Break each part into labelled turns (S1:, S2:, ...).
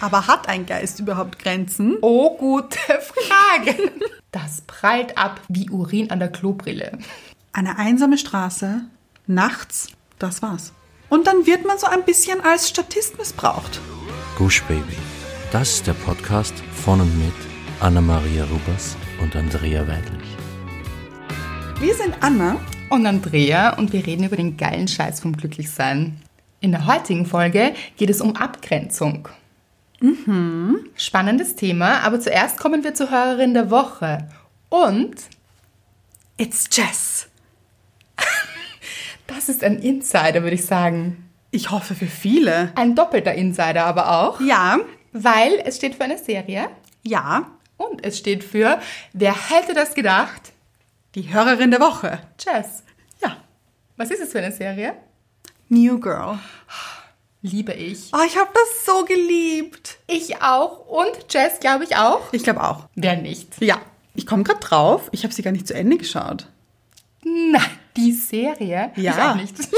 S1: Aber hat ein Geist überhaupt Grenzen?
S2: Oh, gute Frage. Das prallt ab wie Urin an der Klobrille.
S1: Eine einsame Straße, nachts, das war's. Und dann wird man so ein bisschen als Statist missbraucht.
S3: Gush Baby. Das ist der Podcast von und mit Anna-Maria Rubers und Andrea Weidlich.
S1: Wir sind Anna.
S2: Und Andrea und wir reden über den geilen Scheiß vom Glücklichsein. In der heutigen Folge geht es um Abgrenzung. Mhm. Spannendes Thema, aber zuerst kommen wir zur Hörerin der Woche. Und
S1: It's Jess.
S2: das ist ein Insider, würde ich sagen.
S1: Ich hoffe für viele.
S2: Ein doppelter Insider aber auch,
S1: Ja,
S2: weil es steht für eine Serie
S1: ja,
S2: und es steht für Wer hätte das gedacht?
S1: die Hörerin der Woche.
S2: Jess.
S1: Ja,
S2: Was ist es für eine Serie?
S1: New Girl.
S2: Liebe ich.
S1: Oh, ich habe das so geliebt.
S2: Ich auch und Jess, glaube ich, auch.
S1: Ich glaube auch.
S2: Wer nicht?
S1: Ja, ich komme gerade drauf. Ich habe sie gar nicht zu Ende geschaut.
S2: Nein, die Serie?
S1: Ja.
S2: Ich auch nicht.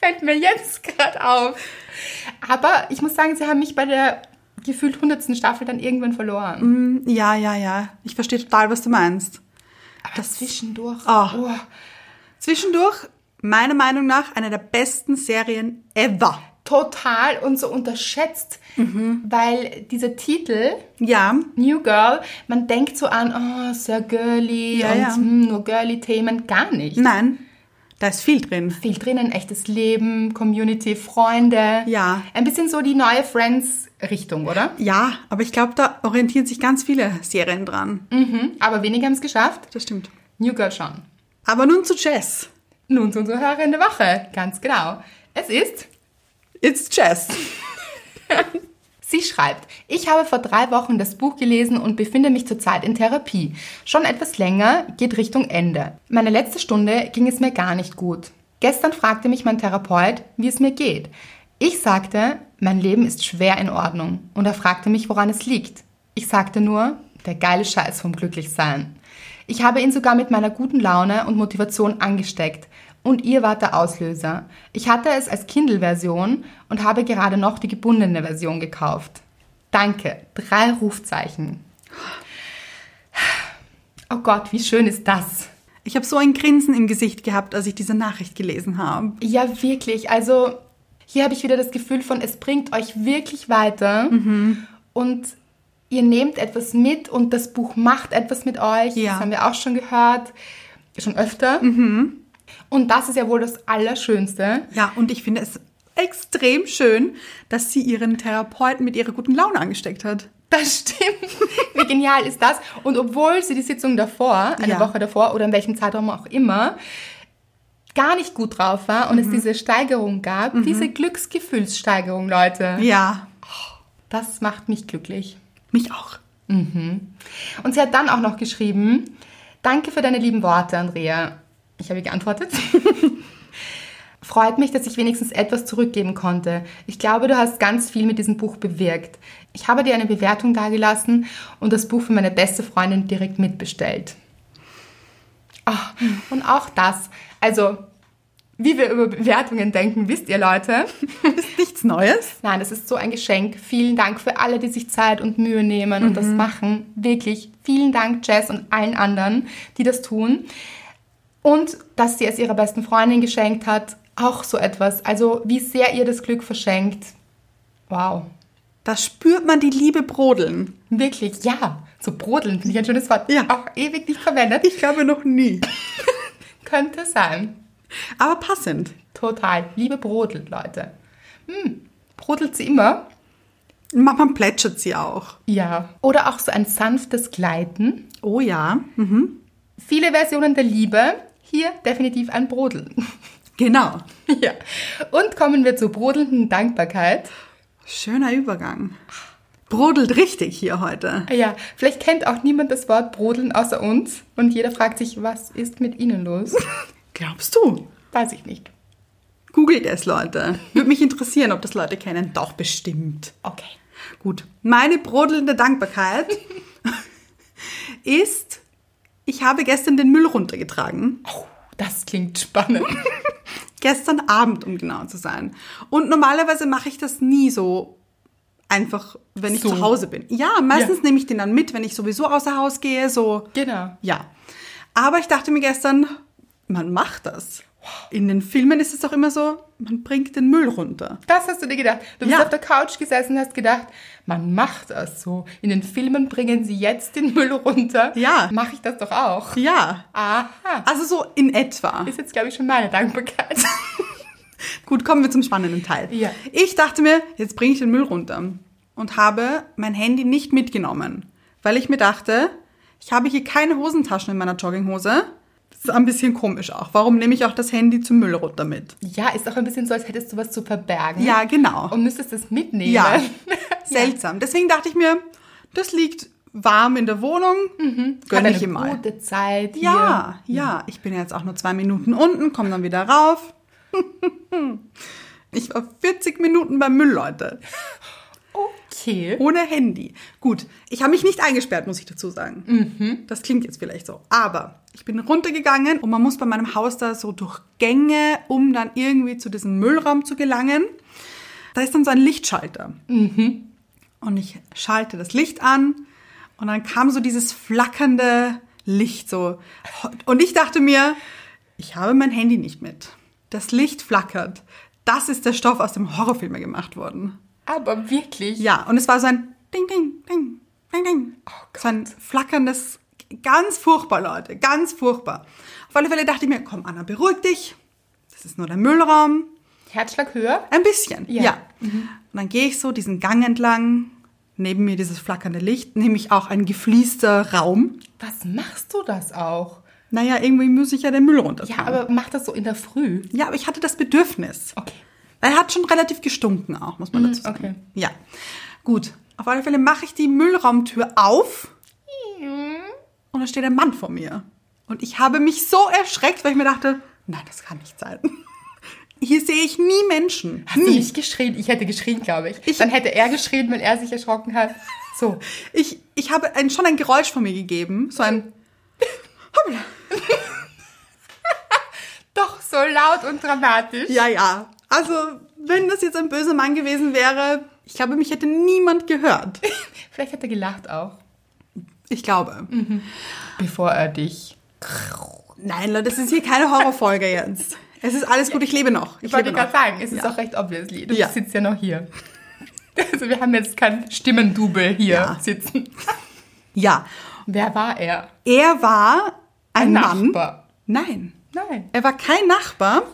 S2: Fällt mir jetzt gerade auf. Aber ich muss sagen, sie haben mich bei der gefühlt hundertsten Staffel dann irgendwann verloren.
S1: Hm, Ja, ja, ja. Ich verstehe total, was du meinst.
S2: Aber das zwischendurch.
S1: Ah.
S2: Oh,
S1: Zwischendurch, meiner Meinung nach, eine der besten Serien ever.
S2: total und so unterschätzt,
S1: Mhm.
S2: weil dieser Titel
S1: Ja,
S2: New Girl, man denkt so an, oh, sehr girly
S1: Ja,
S2: und
S1: ja.
S2: hm, nur girly Themen, gar nicht.
S1: nein, da ist viel drin.
S2: Viel drinnen, echtes Leben, Community, Freunde.
S1: Ja.
S2: Ein bisschen so die neue Friends-Richtung, oder?
S1: Ja, aber ich glaube, da orientieren sich ganz viele Serien dran.
S2: Mhm, aber wenige haben es geschafft.
S1: Das stimmt.
S2: New Girl schon.
S1: Aber nun zu Jess.
S2: Nun zu unserer Hörerin der Woche. Ganz genau. Es ist,
S1: It's Jess.
S2: sie schreibt, ich habe vor drei Wochen das Buch gelesen und befinde mich zurzeit in Therapie. Schon etwas länger, geht Richtung Ende. Meine letzte Stunde ging es mir gar nicht gut. Gestern fragte mich mein Therapeut, wie es mir geht. Ich sagte, mein Leben ist schwer in Ordnung und er fragte mich, woran es liegt. Ich sagte nur, der geile Scheiß vom Glücklichsein. Ich habe ihn sogar mit meiner guten Laune und Motivation angesteckt. Und ihr wart der Auslöser. Ich hatte es als Kindle-Version und habe gerade noch die gebundene Version gekauft. Danke. Drei Rufzeichen. Oh Gott, wie schön ist das?
S1: Ich habe so ein Grinsen im Gesicht gehabt, als ich diese Nachricht gelesen habe.
S2: Ja, wirklich. Also hier habe ich wieder das Gefühl von, es bringt euch wirklich weiter. Und ihr nehmt etwas mit und das Buch macht etwas mit euch.
S1: Ja.
S2: Das haben wir auch schon gehört, schon öfter. Und das ist ja wohl das Allerschönste.
S1: Ja, und ich finde es extrem schön, dass sie ihren Therapeuten mit ihrer guten Laune angesteckt hat.
S2: Das stimmt. Wie genial ist das? Und obwohl sie die Sitzung davor, eine
S1: Ja.
S2: Woche davor oder in welchem Zeitraum auch immer, gar nicht gut drauf war und
S1: Mhm.
S2: es diese Steigerung gab, diese Glücksgefühlssteigerung, Leute,
S1: Ja,
S2: das macht mich glücklich.
S1: mich auch.
S2: Und sie hat dann auch noch geschrieben, danke für deine lieben Worte, Andrea. Ich habe ihr geantwortet. Freut mich, dass ich wenigstens etwas zurückgeben konnte. Ich glaube, du hast ganz viel mit diesem Buch bewirkt. Ich habe dir eine Bewertung dagelassen und das Buch für meine beste Freundin direkt mitbestellt. Ah, und auch das. Also, wie wir über Bewertungen denken, wisst ihr, Leute.
S1: Ist nichts Neues?
S2: Nein, das ist so ein Geschenk. Vielen Dank für alle, die sich Zeit und Mühe nehmen und das machen. Wirklich. Vielen Dank, Jess und allen anderen, die das tun. Und dass sie es ihrer besten Freundin geschenkt hat, auch so etwas. Also, wie sehr ihr das Glück verschenkt. Wow.
S1: Da spürt man die Liebe brodeln.
S2: Wirklich, ja. So brodeln finde ich ein schönes Wort.
S1: Ja.
S2: Auch ewig nicht verwendet.
S1: Ich glaube noch nie.
S2: Könnte sein.
S1: Aber passend.
S2: Total. Liebe brodelt, Leute. Hm. Brodelt sie immer?
S1: Manchmal plätschert sie auch.
S2: Ja. Oder auch so ein sanftes Gleiten.
S1: Oh ja. Mhm.
S2: Viele Versionen der Liebe. Hier definitiv ein Brodeln.
S1: Genau.
S2: ja. Und kommen wir zur brodelnden Dankbarkeit.
S1: Schöner Übergang. Brodelt richtig hier heute.
S2: Ah Ja, vielleicht kennt auch niemand das Wort Brodeln außer uns. Und jeder fragt sich, was ist mit ihnen los?
S1: Glaubst du?
S2: Weiß ich nicht.
S1: Googelt es, Leute. Würde mich interessieren, ob das Leute kennen. Doch, bestimmt.
S2: Okay.
S1: Gut. Meine brodelnde Dankbarkeit ist, ich habe gestern den Müll runtergetragen.
S2: Oh, das klingt spannend.
S1: Gestern Abend, um genau zu sein. Und normalerweise mache ich das nie so Einfach, wenn ich
S2: So.
S1: zu Hause bin. Ja, meistens nehme ich den dann mit, wenn ich sowieso außer Haus gehe, so.
S2: Genau.
S1: Ja. Aber ich dachte mir gestern, man macht das. In den Filmen ist es auch immer so, man bringt den Müll runter.
S2: Das hast du dir gedacht. Du bist
S1: Ja.
S2: auf der Couch gesessen und hast gedacht, man macht das so. In den Filmen bringen sie jetzt den Müll runter.
S1: Ja.
S2: Mache ich das doch auch.
S1: Ja.
S2: Aha.
S1: Also so in etwa.
S2: Ist jetzt, glaube ich, schon meine Dankbarkeit.
S1: Gut, kommen wir zum spannenden Teil.
S2: Ja.
S1: Ich dachte mir, jetzt bringe ich den Müll runter und habe mein Handy nicht mitgenommen, weil ich mir dachte, ich habe hier keine Hosentaschen in meiner Jogginghose. Das ist ein bisschen komisch auch. Warum nehme ich auch das Handy zum Müll runter mit?
S2: ja, ist auch ein bisschen so, als hättest du was zu verbergen.
S1: Ja, genau.
S2: Und müsstest es mitnehmen.
S1: Ja, seltsam. Deswegen dachte ich mir, das liegt warm in der Wohnung,
S2: Mhm. Hat
S1: gönn ich
S2: eine
S1: ihm mal.
S2: gute Zeit hier.
S1: Ja, ja, ich bin jetzt auch nur zwei Minuten unten, komme dann wieder rauf. Ich war 40 Minuten beim Müll, Leute.
S2: Okay.
S1: Ohne Handy. Gut, ich habe mich nicht eingesperrt, muss ich dazu sagen. Das klingt jetzt vielleicht so. Aber ich bin runtergegangen und man muss bei meinem Haus da so durch Gänge, um dann irgendwie zu diesem Müllraum zu gelangen. Da ist dann so ein Lichtschalter. Und ich schalte das Licht an und dann kam so dieses flackernde Licht so. Und ich dachte mir, ich habe mein Handy nicht mit. Das Licht flackert. Das ist der Stoff, aus dem Horrorfilme gemacht worden.
S2: Aber wirklich.
S1: Ja, und es war so ein Ding, Ding, Ding, Ding, Ding.
S2: Oh
S1: so ein flackerndes, ganz furchtbar, Leute, ganz furchtbar. Auf alle Fälle dachte ich mir, komm, Anna, beruhig dich. Das ist nur der Müllraum.
S2: Herzschlag höher.
S1: Ein bisschen,
S2: Ja. Mhm.
S1: ja. Und dann gehe ich so diesen Gang entlang, neben mir dieses flackernde Licht, nämlich auch ein gefliester Raum.
S2: Was machst du das auch?
S1: Naja, irgendwie muss ich ja den Müll runter.
S2: Ja, aber mach das so in der Früh.
S1: ja, aber ich hatte das Bedürfnis.
S2: Okay.
S1: Er hat schon relativ gestunken auch, muss man dazu sagen.
S2: okay.
S1: Ja. Gut. Auf alle Fälle mache ich die Müllraumtür auf. Und da steht ein Mann vor mir. Und ich habe mich so erschreckt, weil ich mir dachte, nein, das kann nicht sein. Hier sehe ich nie Menschen.
S2: Hast du
S1: Nie.
S2: nicht geschrien? Ich hätte geschrien, glaube ich.
S1: Hm. Ich-
S2: Dann hätte er geschrien, weil er sich erschrocken hat. So.
S1: Ich, ich habe ein, schon ein Geräusch von mir gegeben. So ein,
S2: Doch so laut und dramatisch.
S1: ja, ja. Also, wenn das jetzt ein böser Mann gewesen wäre, ich glaube, mich hätte niemand gehört.
S2: Vielleicht hat er gelacht auch,
S1: Ich glaube.
S2: bevor er dich.
S1: Nein, Leute, das ist hier keine Horrorfolge jetzt. Es ist alles gut, ich lebe noch.
S2: Ich wollte
S1: lebe noch.
S2: gerade sagen, es ist
S1: Ja.
S2: auch recht obviously. Du
S1: Ja.
S2: sitzt ja noch hier. Also wir haben jetzt kein Stimmendouble hier
S1: Ja.
S2: sitzen.
S1: Ja,
S2: Wer war er?
S1: er war ein, Mann.
S2: Nachbar.
S1: Nein,
S2: Nein.
S1: er war kein Nachbar.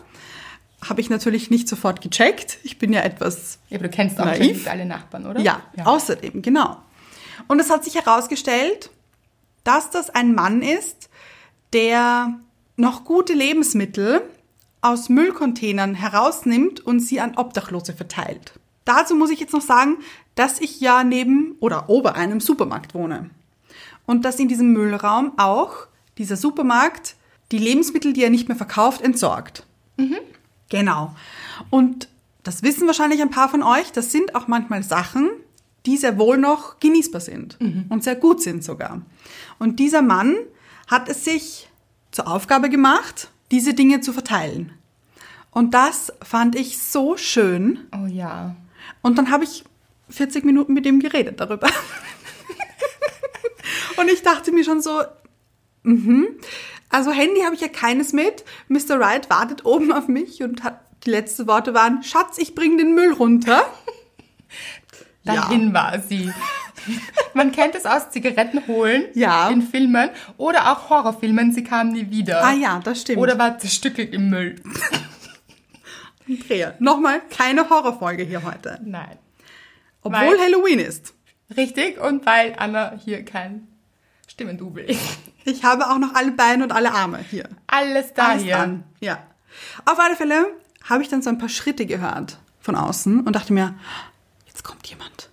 S1: Habe ich natürlich nicht sofort gecheckt. Ich bin ja etwas
S2: Ja, aber du kennst auch
S1: Naiv.
S2: wahrscheinlich alle Nachbarn, oder?
S1: Ja, außerdem, genau. Und es hat sich herausgestellt, dass das ein Mann ist, der noch gute Lebensmittel aus Müllcontainern herausnimmt und sie an Obdachlose verteilt. Dazu muss ich jetzt noch sagen, dass ich ja neben oder ober einem Supermarkt wohne. Und dass in diesem Müllraum auch dieser Supermarkt die Lebensmittel, die er nicht mehr verkauft, entsorgt. Genau. Und das wissen wahrscheinlich ein paar von euch, das sind auch manchmal Sachen, die sehr wohl noch genießbar sind und sehr gut sind sogar. Und dieser Mann hat es sich zur Aufgabe gemacht, diese Dinge zu verteilen. Und das fand ich so schön.
S2: Oh ja.
S1: Und dann habe ich 40 Minuten mit ihm geredet darüber. und ich dachte mir schon so, also Handy habe ich ja keines mit. Mr. Wright wartet oben auf mich und hat die letzten Worte waren, Schatz, ich bring den Müll runter.
S2: Dahin war sie. Man kennt es aus Zigaretten holen
S1: Ja.
S2: in Filmen oder auch Horrorfilmen, sie kam nie wieder.
S1: Ah ja, das stimmt.
S2: Oder war zerstückelt im Müll.
S1: Andrea, nochmal keine Horrorfolge hier heute.
S2: Nein.
S1: Obwohl
S2: Weil-
S1: Halloween ist.
S2: Richtig, und weil Anna hier kein Stimmendubel ist.
S1: Ich habe auch noch alle Beine und alle Arme hier.
S2: Alles da
S1: Alles
S2: Ah, hier.
S1: dran. Ja. Auf alle Fälle habe ich dann so ein paar Schritte gehört von außen und dachte mir, jetzt kommt jemand.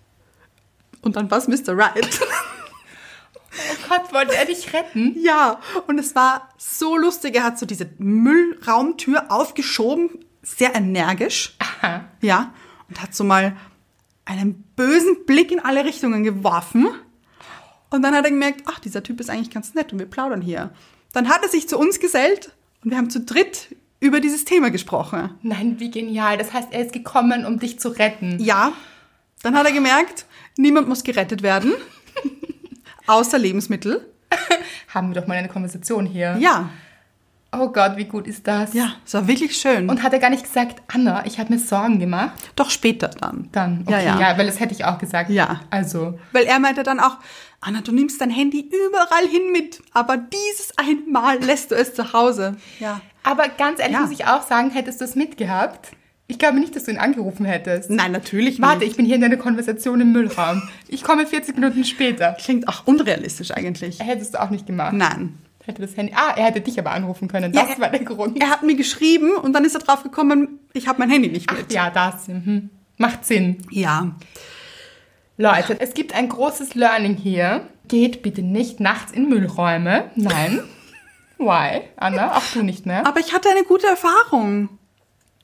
S1: Und dann war es Mr. Wright.
S2: Oh Gott, wollte er dich retten?
S1: Ja, und es war so lustig. Er hat so diese Müllraumtür aufgeschoben, sehr energisch.
S2: Aha.
S1: Ja, und hat so mal einen bösen Blick in alle Richtungen geworfen. Und dann hat er gemerkt, ach, dieser Typ ist eigentlich ganz nett und wir plaudern hier. Dann hat er sich zu uns gesellt und wir haben zu dritt über dieses Thema gesprochen.
S2: Nein, wie genial. Das heißt, er ist gekommen, um dich zu retten.
S1: Ja, Dann hat er gemerkt, niemand muss gerettet werden, außer Lebensmittel.
S2: Haben wir doch mal eine Konversation hier.
S1: Ja,
S2: Oh Gott, wie gut ist das?
S1: ja, es war wirklich schön.
S2: Und hat er gar nicht gesagt, Anna, ich habe mir Sorgen gemacht?
S1: Doch später dann.
S2: Dann, okay,
S1: Ja, ja.
S2: weil das hätte ich auch gesagt.
S1: Ja.
S2: Also,
S1: Weil er meinte dann auch, Anna, du nimmst dein Handy überall hin mit, aber dieses einmal lässt du es zu Hause. Ja.
S2: aber ganz ehrlich
S1: Ja.
S2: muss ich auch sagen, hättest du es mitgehabt? Ich glaube nicht, dass du ihn angerufen hättest.
S1: Nein, natürlich
S2: Warte,
S1: nicht.
S2: ich bin hier in deiner Konversation im Müllraum. Ich komme 40 Minuten später.
S1: Klingt auch unrealistisch eigentlich.
S2: Hättest du auch nicht gemacht.
S1: Nein.
S2: Hätte das Handy. Ah, er hätte dich aber anrufen können.
S1: Ja,
S2: Das
S1: er-
S2: war der Grund.
S1: Er hat mir geschrieben und dann ist er drauf gekommen, ich habe mein Handy nicht
S2: Ach,
S1: mit.
S2: ja, das. Mhm. Macht Sinn.
S1: ja.
S2: Leute, es gibt ein großes Learning hier. Geht bitte nicht nachts in Müllräume. Nein. Why? Anna, auch du nicht mehr.
S1: Aber ich hatte eine gute Erfahrung.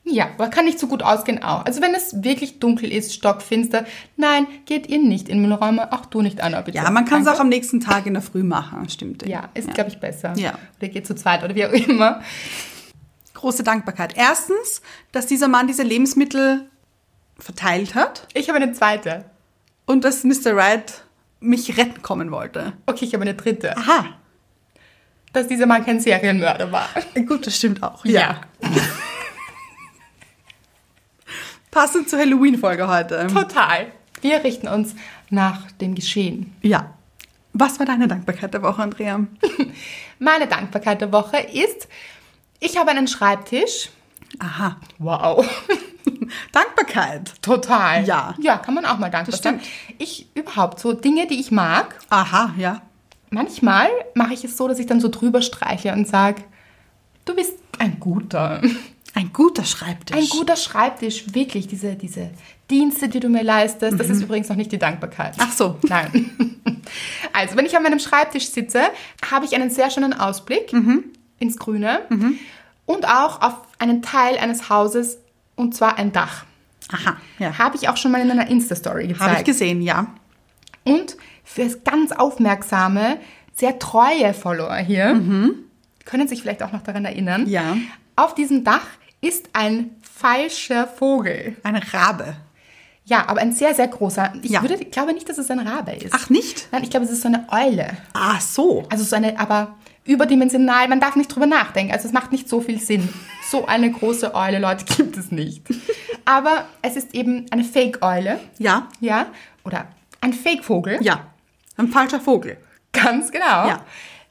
S2: Ja, aber kann nicht so gut ausgehen auch. Also wenn es wirklich dunkel ist, stockfinster, nein, geht ihr nicht in Müllräume. Auch du nicht, Anna, bitte.
S1: Ja, man kann es auch
S2: Danke.
S1: am nächsten Tag in der Früh machen, stimmt.
S2: Ja, ist, glaube ich, besser.
S1: Ja.
S2: Oder geht zu zweit oder wie auch immer.
S1: Große Dankbarkeit. Erstens, dass dieser Mann diese Lebensmittel verteilt hat
S2: Ich habe eine zweite.
S1: und dass Mr. Wright mich retten kommen wollte.
S2: Okay, ich habe eine dritte.
S1: Aha.
S2: Dass dieser Mann kein Serienmörder war.
S1: Gut, das stimmt auch. Passend zur Halloween-Folge heute.
S2: Total. Wir richten uns nach dem Geschehen.
S1: Ja. Was war deine Dankbarkeit der Woche, Andrea?
S2: Meine Dankbarkeit der Woche ist, ich habe einen Schreibtisch.
S1: Aha.
S2: Wow.
S1: Dankbarkeit.
S2: Total.
S1: Ja.
S2: Ja, kann man auch mal dankbar
S1: Das
S2: sein. Ich überhaupt so Dinge, die ich mag.
S1: Aha, ja.
S2: Manchmal mache ich es so, dass ich dann so drüber streiche und sage, du bist ein guter.
S1: Ein guter Schreibtisch.
S2: Ein guter Schreibtisch, wirklich, diese, diese Dienste, die du mir leistest, das ist übrigens noch nicht die Dankbarkeit.
S1: Mhm. Ach so.
S2: Nein. Also, wenn ich an meinem Schreibtisch sitze, habe ich einen sehr schönen Ausblick
S1: Mhm.
S2: ins Grüne und auch auf einen Teil eines Hauses, und zwar ein Dach.
S1: Aha, ja.
S2: Habe ich auch schon mal in einer Insta-Story gezeigt.
S1: Habe ich gesehen, ja.
S2: Und fürs ganz aufmerksame, sehr treue Follower hier können sich vielleicht auch noch daran erinnern.
S1: Mhm. Ja.
S2: Auf diesem Dach ist ein falscher Vogel.
S1: Ein Rabe.
S2: Ja, aber ein sehr, sehr großer. Ich
S1: Ja.
S2: würde, ich glaube nicht, dass es ein Rabe ist.
S1: Ach, nicht?
S2: Nein, ich glaube, es ist so eine Eule.
S1: Ach Ah, so.
S2: Also so eine, aber überdimensional. Man darf nicht drüber nachdenken. Also es macht nicht so viel Sinn. So eine große Eule, Leute, gibt es nicht. Aber es ist eben eine Fake-Eule.
S1: Ja.
S2: Ja. Oder ein Fake-Vogel.
S1: Ja. Ein falscher Vogel.
S2: Ganz genau.
S1: Ja.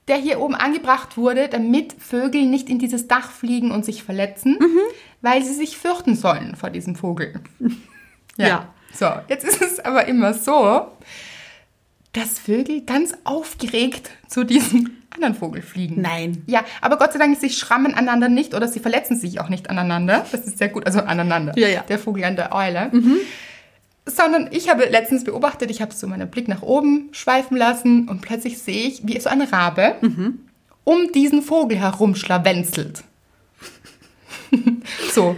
S2: Der hier oben angebracht wurde, damit Vögel nicht in dieses Dach fliegen und sich verletzen,
S1: Mhm.
S2: weil sie sich fürchten sollen vor diesem Vogel.
S1: Ja.
S2: So, jetzt ist es aber immer so, dass Vögel ganz aufgeregt zu diesem anderen Vogel fliegen.
S1: Nein.
S2: Ja, aber Gott sei Dank, sie schrammen einander nicht oder sie verletzen sich auch nicht aneinander. Das ist sehr gut. Also aneinander.
S1: Ja, Mhm. ja.
S2: Der Vogel an der Eule. Sondern ich habe letztens beobachtet, ich habe so meinen Blick nach oben schweifen lassen und plötzlich sehe ich, wie so ein Rabe
S1: Mhm.
S2: um diesen Vogel herumschlawenzelt. so.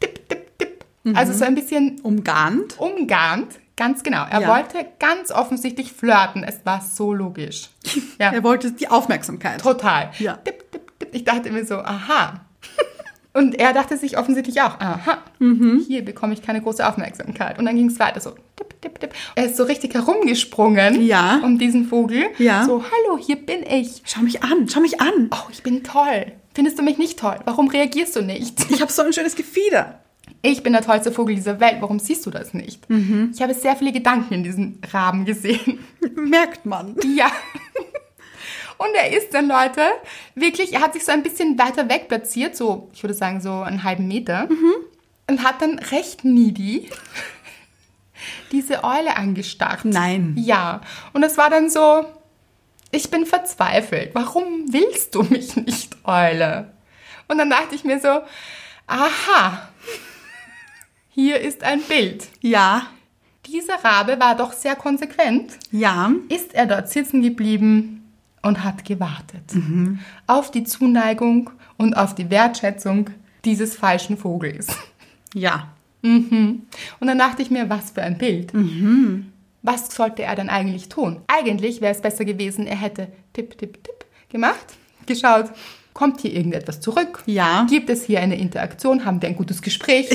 S2: Tipp, tipp, tipp.
S1: Mhm.
S2: Also so ein bisschen
S1: Umgarnt.
S2: umgarnt. Ganz genau. Er
S1: Ja.
S2: wollte ganz offensichtlich flirten. Es war so logisch. Ja.
S1: Er wollte die Aufmerksamkeit.
S2: Total.
S1: Ja.
S2: Tipp, tipp, tipp. Ich dachte mir so, aha. Und er dachte sich offensichtlich auch, aha,
S1: Mhm.
S2: hier bekomme ich keine große Aufmerksamkeit. Und dann ging es weiter so, tipp, tipp, tipp. Er ist so richtig herumgesprungen
S1: Ja.
S2: um diesen Vogel.
S1: Ja.
S2: So, hallo, hier bin ich.
S1: Schau mich an, schau mich an.
S2: Oh, ich bin toll. Findest du mich nicht toll? Warum reagierst du nicht?
S1: Ich habe so ein schönes Gefieder.
S2: Ich bin der tollste Vogel dieser Welt. Warum siehst du das nicht?
S1: Mhm.
S2: Ich habe sehr viele Gedanken in diesem Raben gesehen.
S1: Merkt man.
S2: Ja. Und er ist dann, Leute, wirklich, er hat sich so ein bisschen weiter weg platziert, so, ich würde sagen, so einen halben Meter. Und hat dann recht needy diese Eule angestarrt.
S1: Nein.
S2: Ja. Und es war dann so, ich bin verzweifelt. Warum willst du mich nicht, Eule? Und dann dachte ich mir so, aha, hier ist ein Bild.
S1: Ja.
S2: Dieser Rabe war doch sehr konsequent
S1: Ja.
S2: ist er dort sitzen geblieben und hat gewartet
S1: Mhm.
S2: auf die Zuneigung und auf die Wertschätzung dieses falschen Vogels.
S1: Ja.
S2: Und dann dachte ich mir, was für ein Bild.
S1: Mhm.
S2: Was sollte er dann eigentlich tun? Eigentlich wäre es besser gewesen, er hätte tipp, tipp, tipp gemacht, geschaut, kommt hier irgendetwas zurück?
S1: Ja.
S2: Gibt es hier eine Interaktion? Haben wir ein gutes Gespräch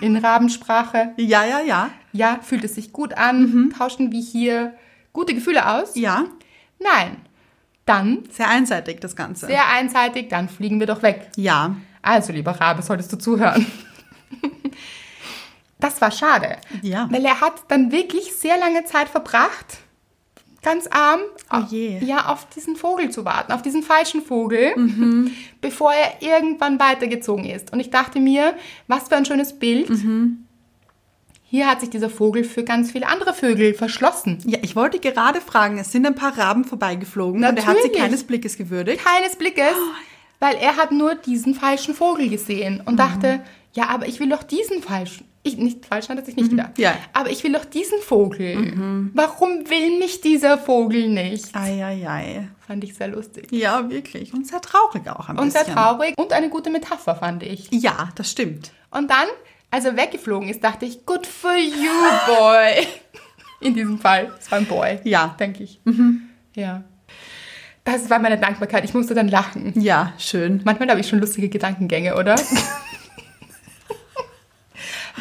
S2: in Rabensprache?
S1: Ja, ja, ja.
S2: ja, fühlt es sich gut an? Tauschen wir hier gute Gefühle aus?
S1: Mhm. Ja,
S2: Nein. Dann,
S1: sehr einseitig das Ganze.
S2: sehr einseitig, dann fliegen wir doch weg.
S1: ja,
S2: Also, lieber Rabe, solltest du zuhören. Das war schade.
S1: Ja.
S2: Weil er hat dann wirklich sehr lange Zeit verbracht, ganz arm,
S1: Oh je.
S2: ja, auf diesen Vogel zu warten, auf diesen falschen Vogel,
S1: Mhm.
S2: bevor er irgendwann weitergezogen ist. Und ich dachte mir, was für ein schönes Bild.
S1: Mhm.
S2: Hier hat sich dieser Vogel für ganz viele andere Vögel verschlossen.
S1: ja, ich wollte gerade fragen, es sind ein paar Raben vorbeigeflogen und er hat sie
S2: Natürlich.
S1: keines Blickes gewürdigt.
S2: Keines Blickes,
S1: Oh.
S2: weil er hat nur diesen falschen Vogel gesehen
S1: Mhm.
S2: und dachte, ja, aber ich will doch diesen falschen. Ich, nicht falsch, hat er sich nicht gedacht.
S1: Mhm. ja. Mhm.
S2: Aber ich will doch diesen Vogel. Warum will mich dieser Vogel nicht?
S1: Eieiei.
S2: Fand ich sehr lustig.
S1: Ja, wirklich. Und sehr traurig auch ein
S2: Und
S1: bisschen.
S2: sehr traurig und eine gute Metapher, fand ich.
S1: Ja, das stimmt.
S2: Und dann, als er weggeflogen ist, dachte ich, good for you, boy. In diesem Fall, es war ein Boy.
S1: Ja. Mhm.
S2: Denke ich. Ja. Das war meine Dankbarkeit. Ich musste dann lachen.
S1: Ja, schön.
S2: Manchmal habe ich schon lustige Gedankengänge, oder?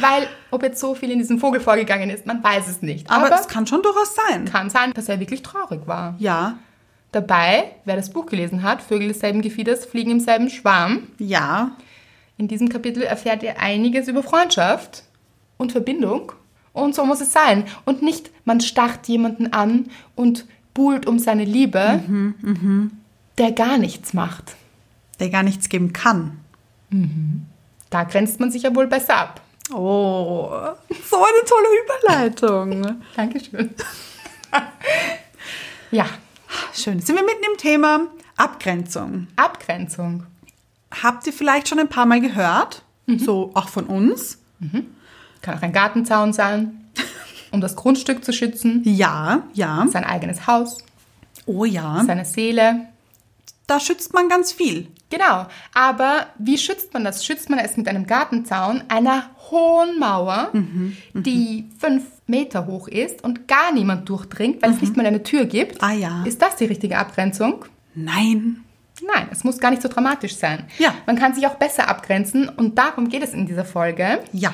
S2: Weil, ob jetzt so viel in diesem Vogel vorgegangen ist, man weiß es nicht.
S1: Aber,
S2: Aber,
S1: es kann schon durchaus sein.
S2: kann sein, dass er wirklich traurig war.
S1: Ja,
S2: Dabei, wer das Buch gelesen hat, Vögel desselben Gefieders fliegen im selben Schwarm,
S1: ja.
S2: in diesem Kapitel erfährt ihr einiges über Freundschaft und Verbindung. Und so muss es sein. Und nicht, man starrt jemanden an und buhlt um seine Liebe,
S1: Mhm,
S2: der gar nichts macht.
S1: Der gar nichts geben kann.
S2: Da grenzt man sich ja wohl besser ab.
S1: Oh, so eine tolle Überleitung.
S2: Dankeschön. ja,
S1: Schön. Sind wir mitten im Thema Abgrenzung.
S2: Abgrenzung.
S1: Habt ihr vielleicht schon ein paar Mal gehört? So auch von uns?
S2: Kann auch ein Gartenzaun sein, um das Grundstück zu schützen,
S1: Ja, ja.
S2: sein eigenes Haus,
S1: Oh ja.
S2: seine Seele.
S1: Da schützt man ganz viel.
S2: Genau, aber wie schützt man das? Schützt man es mit einem Gartenzaun, einer hohen Mauer, die fünf Meter hoch ist und gar niemand durchdringt, weil es nicht mal eine Tür gibt?
S1: Ah ja.
S2: Ist das die richtige Abgrenzung?
S1: Nein.
S2: Nein, es muss gar nicht so dramatisch sein.
S1: Ja.
S2: Man kann sich auch besser abgrenzen und darum geht es in dieser Folge,
S1: Ja.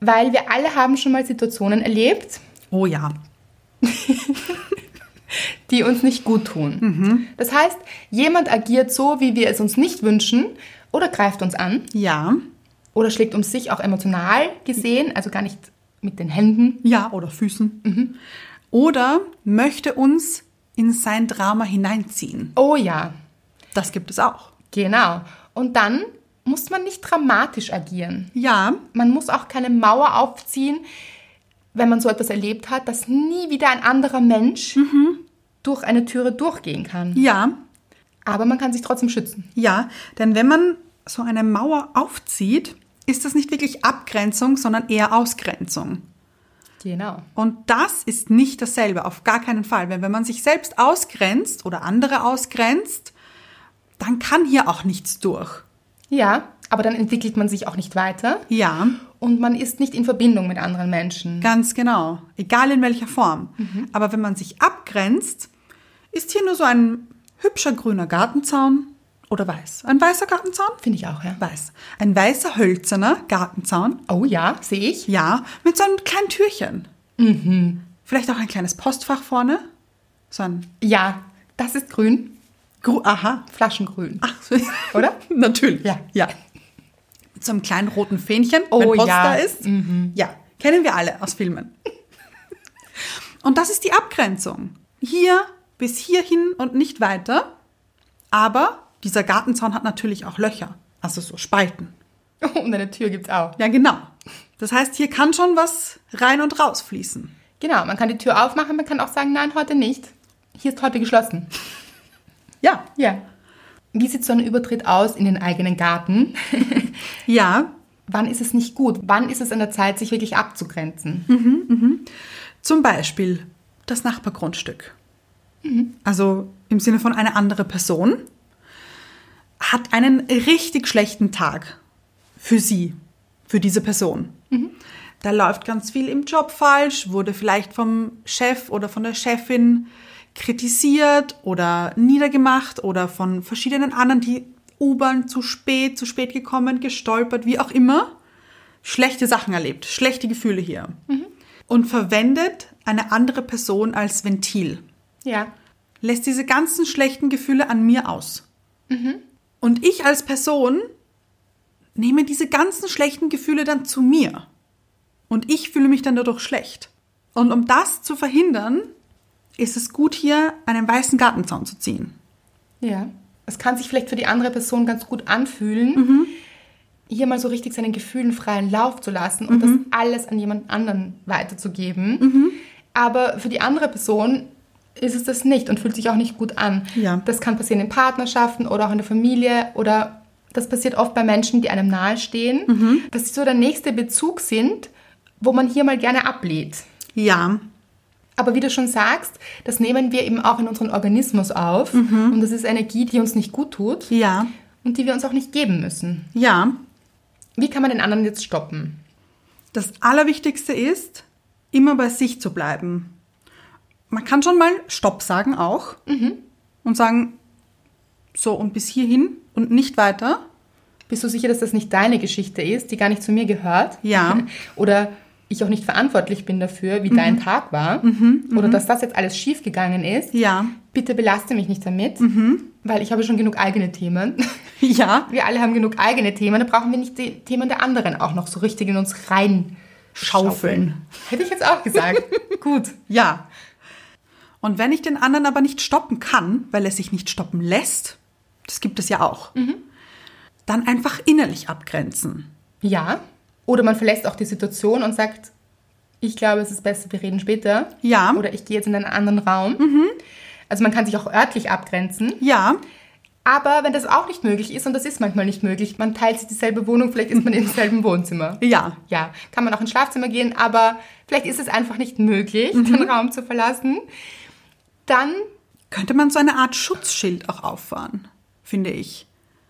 S2: weil wir alle haben schon mal Situationen erlebt,
S1: Oh ja.
S2: die uns nicht gut tun. Das heißt, jemand agiert so, wie wir es uns nicht wünschen oder greift uns an.
S1: Ja.
S2: oder schlägt um sich auch emotional gesehen, also gar nicht mit den Händen.
S1: Ja. Oder Füßen. Oder möchte uns in sein Drama hineinziehen.
S2: Oh ja,
S1: Das gibt es auch.
S2: genau. Und dann muss man nicht dramatisch agieren.
S1: Ja.
S2: Man muss auch keine Mauer aufziehen, wenn man so etwas erlebt hat, dass nie wieder ein anderer Mensch durch eine Türe durchgehen kann.
S1: Ja.
S2: Aber man kann sich trotzdem schützen.
S1: Ja. Denn wenn man so eine Mauer aufzieht, ist das nicht wirklich Abgrenzung, sondern eher Ausgrenzung.
S2: Genau.
S1: Und das ist nicht dasselbe, auf gar keinen Fall. Wenn, wenn man sich selbst ausgrenzt oder andere ausgrenzt, dann kann hier auch nichts durch.
S2: Ja, aber dann entwickelt man sich auch nicht weiter
S1: Ja,
S2: und man ist nicht in Verbindung mit anderen Menschen.
S1: ganz genau. Egal in welcher Form. Aber wenn man sich abgrenzt, ist hier nur so ein hübscher grüner Gartenzaun oder weiß. Ein weißer Gartenzaun?
S2: Finde ich auch, ja.
S1: Weiß. Ein weißer hölzerner Gartenzaun.
S2: Oh ja, sehe ich.
S1: Ja, mit so einem kleinen Türchen. Vielleicht auch ein kleines Postfach vorne. So ein.
S2: Ja, das ist grün,
S1: Gru Aha.
S2: Flaschengrün.
S1: Ach,
S2: Oder?
S1: Natürlich.
S2: Ja.
S1: ja. Mit so einem kleinen roten Fähnchen,
S2: Oh,
S1: wenn Post
S2: ja.
S1: da ist. Ja, kennen wir alle aus Filmen. und das ist die Abgrenzung. Hier bis hierhin und nicht weiter. Aber dieser Gartenzaun hat natürlich auch Löcher, also so Spalten.
S2: Und eine Tür gibt's auch.
S1: Ja, genau. Das heißt, hier kann schon was rein und raus fließen.
S2: Genau, man kann die Tür aufmachen, man kann auch sagen, nein, heute nicht. Hier ist heute geschlossen.
S1: Ja.
S2: Ja. Wie sieht so ein Übertritt aus in den eigenen Garten?
S1: Ja,
S2: Wann ist es nicht gut? Wann ist es an der Zeit, sich wirklich abzugrenzen?
S1: Hm. Zum Beispiel das Nachbargrundstück. Also im Sinne von eine andere Person hat einen richtig schlechten Tag für sie, für diese Person. Da läuft ganz viel im Job falsch, wurde vielleicht vom Chef oder von der Chefin kritisiert oder niedergemacht oder von verschiedenen anderen, die U-Bahn zu spät, zu spät gekommen, gestolpert, wie auch immer. Schlechte Sachen erlebt, schlechte Gefühle hier. und verwendet eine andere Person als Ventil.
S2: Ja.
S1: Lässt diese ganzen schlechten Gefühle an mir aus. Und ich als Person nehme diese ganzen schlechten Gefühle dann zu mir. Und ich fühle mich dann dadurch schlecht. Und um das zu verhindern, ist es gut, hier einen weißen Gartenzaun zu ziehen.
S2: Ja. Es kann sich vielleicht für die andere Person ganz gut anfühlen, hier mal so richtig seinen Gefühlen freien Lauf zu lassen und das alles an jemand anderen weiterzugeben. Aber für die andere Person ist es das nicht und fühlt sich auch nicht gut an.
S1: Ja.
S2: Das kann passieren in Partnerschaften oder auch in der Familie oder das passiert oft bei Menschen, die einem nahestehen, dass sie so der nächste Bezug sind, wo man hier mal gerne ablehnt.
S1: Ja,
S2: Aber wie du schon sagst, das nehmen wir eben auch in unseren Organismus auf. Und das ist Energie, die uns nicht gut tut
S1: Mhm. ja,
S2: und die wir uns auch nicht geben müssen.
S1: ja.
S2: Wie kann man den anderen jetzt stoppen?
S1: Das Allerwichtigste ist, immer bei sich zu bleiben. Man kann schon mal Stopp sagen auch und sagen, so und bis hierhin und nicht weiter.
S2: Bist du sicher, dass das nicht deine Geschichte ist, die gar nicht zu mir gehört?
S1: Ja.
S2: Oder ich auch nicht verantwortlich bin dafür, wie dein Tag war? Oder dass das jetzt alles schiefgegangen ist?
S1: Mhm. Ja, Mhm.
S2: Bitte belaste mich nicht damit, weil ich habe schon genug eigene Themen.
S1: ja,
S2: Wir alle haben genug eigene Themen, da brauchen wir nicht die Themen der anderen auch noch so richtig in uns rein.
S1: schaufeln.
S2: Hätte ich jetzt auch gesagt. Gut.
S1: Ja. Und wenn ich den anderen aber nicht stoppen kann, weil er sich nicht stoppen lässt, das gibt es ja auch, dann einfach innerlich abgrenzen.
S2: Ja. Oder man verlässt auch die Situation und sagt, ich glaube, es ist besser, wir reden später.
S1: Ja. Mhm.
S2: Oder ich gehe jetzt in einen anderen Raum. Also man kann sich auch örtlich abgrenzen.
S1: Ja,
S2: Aber wenn das auch nicht möglich ist, und das ist manchmal nicht möglich, man teilt sich dieselbe Wohnung, vielleicht ist man im selben Wohnzimmer.
S1: ja,
S2: Ja, kann man auch ins Schlafzimmer gehen, aber vielleicht ist es einfach nicht möglich,
S1: Mhm.
S2: den Raum zu verlassen. Dann
S1: könnte man so eine Art Schutzschild auch auffahren, finde ich.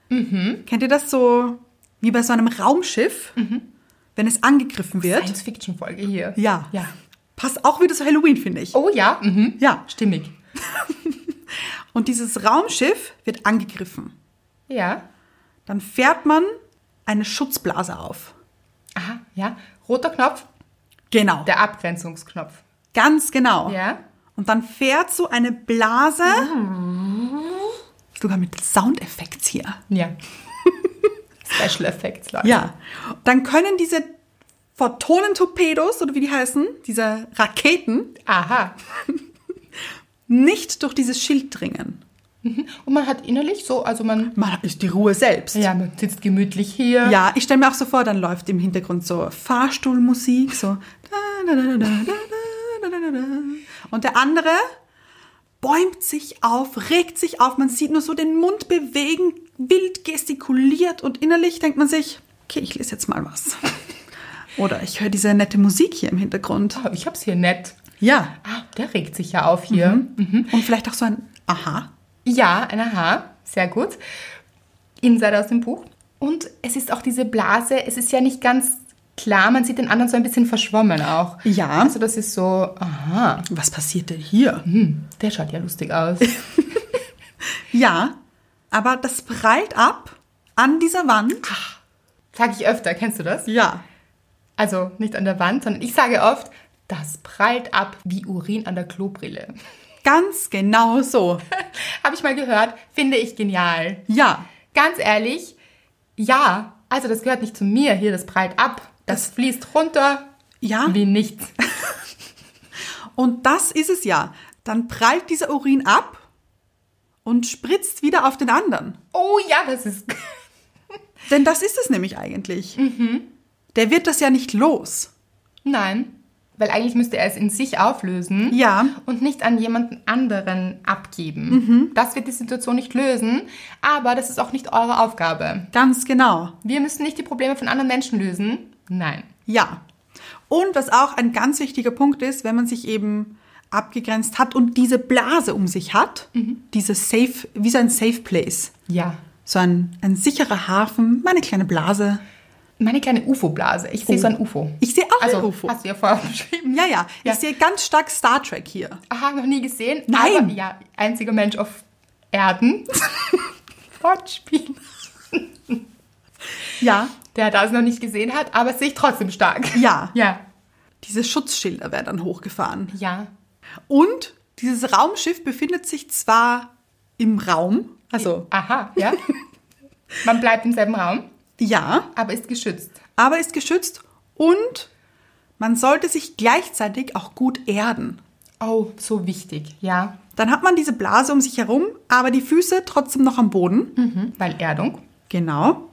S2: Mhm.
S1: Kennt ihr das so wie bei so einem Raumschiff,
S2: Mhm.
S1: wenn es angegriffen wird?
S2: Science-Fiction-Folge hier.
S1: Ja.
S2: Ja.
S1: Passt auch wieder zu Halloween, finde ich.
S2: Oh ja, mhm.
S1: Ja.
S2: Stimmig.
S1: Und dieses Raumschiff wird angegriffen.
S2: Ja.
S1: Dann fährt man eine Schutzblase auf.
S2: Aha, ja. Roter Knopf,
S1: Genau.
S2: der Abgrenzungsknopf.
S1: Ganz genau.
S2: Ja.
S1: Und dann fährt so eine Blase.
S2: Mhm.
S1: Sogar mit Soundeffekts hier.
S2: Ja. Special Effects, Leute.
S1: Ja. Dann können diese Photonentorpedos, oder wie die heißen, diese Raketen,
S2: Aha.
S1: nicht durch dieses Schild dringen.
S2: Und man hat innerlich so, also man,
S1: Man ist die Ruhe selbst.
S2: ja, man sitzt gemütlich hier.
S1: Ja, ich stelle mir auch so vor, dann läuft im Hintergrund so Fahrstuhlmusik, so. Und der andere bäumt sich auf, regt sich auf, man sieht nur so den Mund bewegen, wild gestikuliert und innerlich denkt man sich, okay, ich lese jetzt mal was. Oder ich höre diese nette Musik hier im Hintergrund.
S2: Oh, ich hab's hier nett.
S1: Ja.
S2: Ah, der regt sich ja auf hier.
S1: Mhm. Und vielleicht auch so ein Aha.
S2: Ja, ein Aha. Sehr gut. Insider aus dem Buch. Und es ist auch diese Blase, es ist ja nicht ganz klar, man sieht den anderen so ein bisschen verschwommen auch.
S1: Ja.
S2: Also das ist so, aha,
S1: Was passiert denn hier?
S2: hm, der schaut ja lustig aus.
S1: Ja, aber das prallt ab an dieser Wand.
S2: Sag ich öfter, kennst du das?
S1: Ja.
S2: Also nicht an der Wand, sondern ich sage oft, das prallt ab wie Urin an der Klobrille.
S1: Ganz genau so.
S2: Habe ich mal gehört, finde ich genial.
S1: Ja,
S2: Ganz ehrlich, ja, also das gehört nicht zu mir hier, das prallt ab. Das, fließt runter
S1: ja.
S2: wie nichts.
S1: Und das ist es ja. Dann prallt dieser Urin ab und spritzt wieder auf den anderen.
S2: Oh ja, das ist.
S1: Denn das ist es nämlich eigentlich. Der wird das ja nicht los.
S2: Nein, weil eigentlich müsste er es in sich auflösen.
S1: Ja.
S2: Und nicht an jemanden anderen abgeben. Das wird die Situation nicht lösen, aber das ist auch nicht eure Aufgabe.
S1: Ganz genau.
S2: Wir müssen nicht die Probleme von anderen Menschen lösen. Nein.
S1: Ja. Und was auch ein ganz wichtiger Punkt ist, wenn man sich eben abgegrenzt hat und diese Blase um sich hat,
S2: Mhm.
S1: diese Safe, wie so ein Safe Place.
S2: Ja.
S1: So ein, ein sicherer Hafen, meine kleine Blase. Oh.
S2: Meine kleine UFO-Blase. Ich sehe so Oh. ein UFO.
S1: Ich sehe auch
S2: also,
S1: ein UFO.
S2: Hast du ja vorher beschrieben.
S1: Ja, ja,
S2: Ja.
S1: ich sehe ganz stark Star Trek hier.
S2: Aha, noch nie gesehen.
S1: Nein.
S2: Aber, ja, einziger Mensch auf Erden. Wortspiel.
S1: Ja,
S2: Der das noch nicht gesehen hat, aber es sehe ich trotzdem stark.
S1: Ja.
S2: Ja.
S1: Diese Schutzschilder werden dann hochgefahren.
S2: Ja.
S1: Und dieses Raumschiff befindet sich zwar im Raum, also
S2: Aha, ja. Man bleibt im selben Raum,
S1: ja,
S2: aber ist geschützt.
S1: aber ist geschützt und man sollte sich gleichzeitig auch gut erden.
S2: Oh, so wichtig, ja.
S1: Dann hat man diese Blase um sich herum, aber die Füße trotzdem noch am Boden.
S2: Mhm. Weil Erdung.
S1: Genau.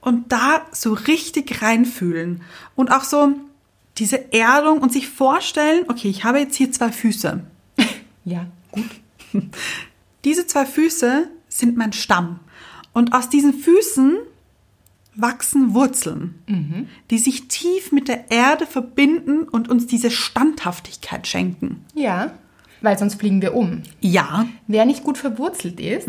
S1: Und da so richtig reinfühlen. Und auch so diese Erdung und sich vorstellen, okay, ich habe jetzt hier zwei Füße.
S2: Ja, gut.
S1: Diese zwei Füße sind mein Stamm. Und aus diesen Füßen wachsen Wurzeln, die sich tief mit der Erde verbinden und uns diese Standhaftigkeit schenken.
S2: Ja, weil sonst fliegen wir um.
S1: Ja,
S2: Wer nicht gut verwurzelt ist,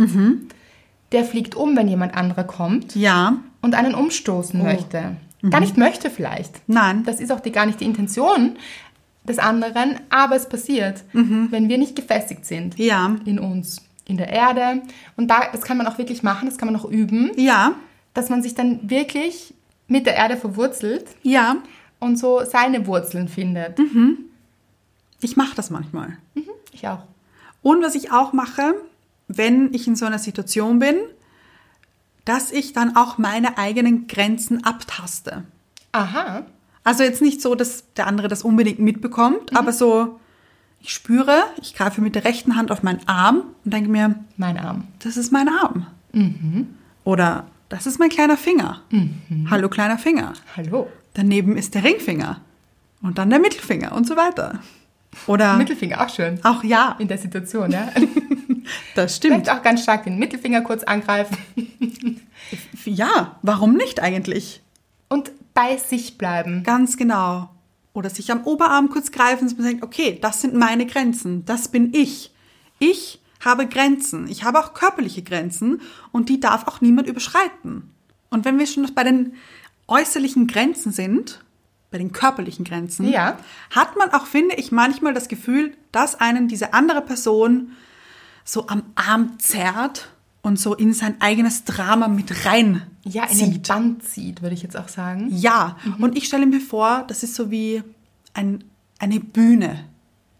S2: der fliegt um, wenn jemand anderer kommt
S1: ja,
S2: und einen umstoßen möchte. Gar nicht möchte vielleicht.
S1: Nein.
S2: Das ist auch die, gar nicht die Intention des anderen, aber es passiert, wenn wir nicht gefestigt sind
S1: Ja.
S2: in uns, in der Erde. Und da, das kann man auch wirklich machen, das kann man auch üben,
S1: ja,
S2: dass man sich dann wirklich mit der Erde verwurzelt
S1: ja.
S2: und so seine Wurzeln findet.
S1: Ich mache das manchmal.
S2: Ich auch.
S1: Und was ich auch mache, wenn ich in so einer Situation bin, dass ich dann auch meine eigenen Grenzen abtaste.
S2: Aha.
S1: Also jetzt nicht so, dass der andere das unbedingt mitbekommt, aber so, ich spüre, ich greife mit der rechten Hand auf meinen Arm und denke mir,
S2: Mein Arm.
S1: das ist mein Arm. Oder das ist mein kleiner Finger. Hallo kleiner Finger.
S2: Hallo.
S1: Daneben ist der Ringfinger. Und dann der Mittelfinger und so weiter. Oder
S2: Mittelfinger, auch schön.
S1: auch ja,
S2: In der Situation, ja.
S1: das stimmt.
S2: Vielleicht auch ganz stark den Mittelfinger kurz angreifen
S1: Ja, warum nicht eigentlich?
S2: und bei sich bleiben.
S1: Ganz genau. Oder sich am Oberarm kurz greifen und man denkt, okay, das sind meine Grenzen, das bin ich. Ich habe Grenzen. Ich habe auch körperliche Grenzen und die darf auch niemand überschreiten. Und wenn wir schon bei den äußerlichen Grenzen sind, bei den körperlichen Grenzen,
S2: Ja.
S1: hat man auch, finde ich, manchmal das Gefühl, dass einen diese andere Person so am Arm zerrt und so in sein eigenes Drama mit rein
S2: Ja, in
S1: zieht.
S2: den Band zieht, würde ich jetzt auch sagen.
S1: Ja,
S2: Mhm.
S1: und ich stelle mir vor, das ist so wie ein, eine Bühne.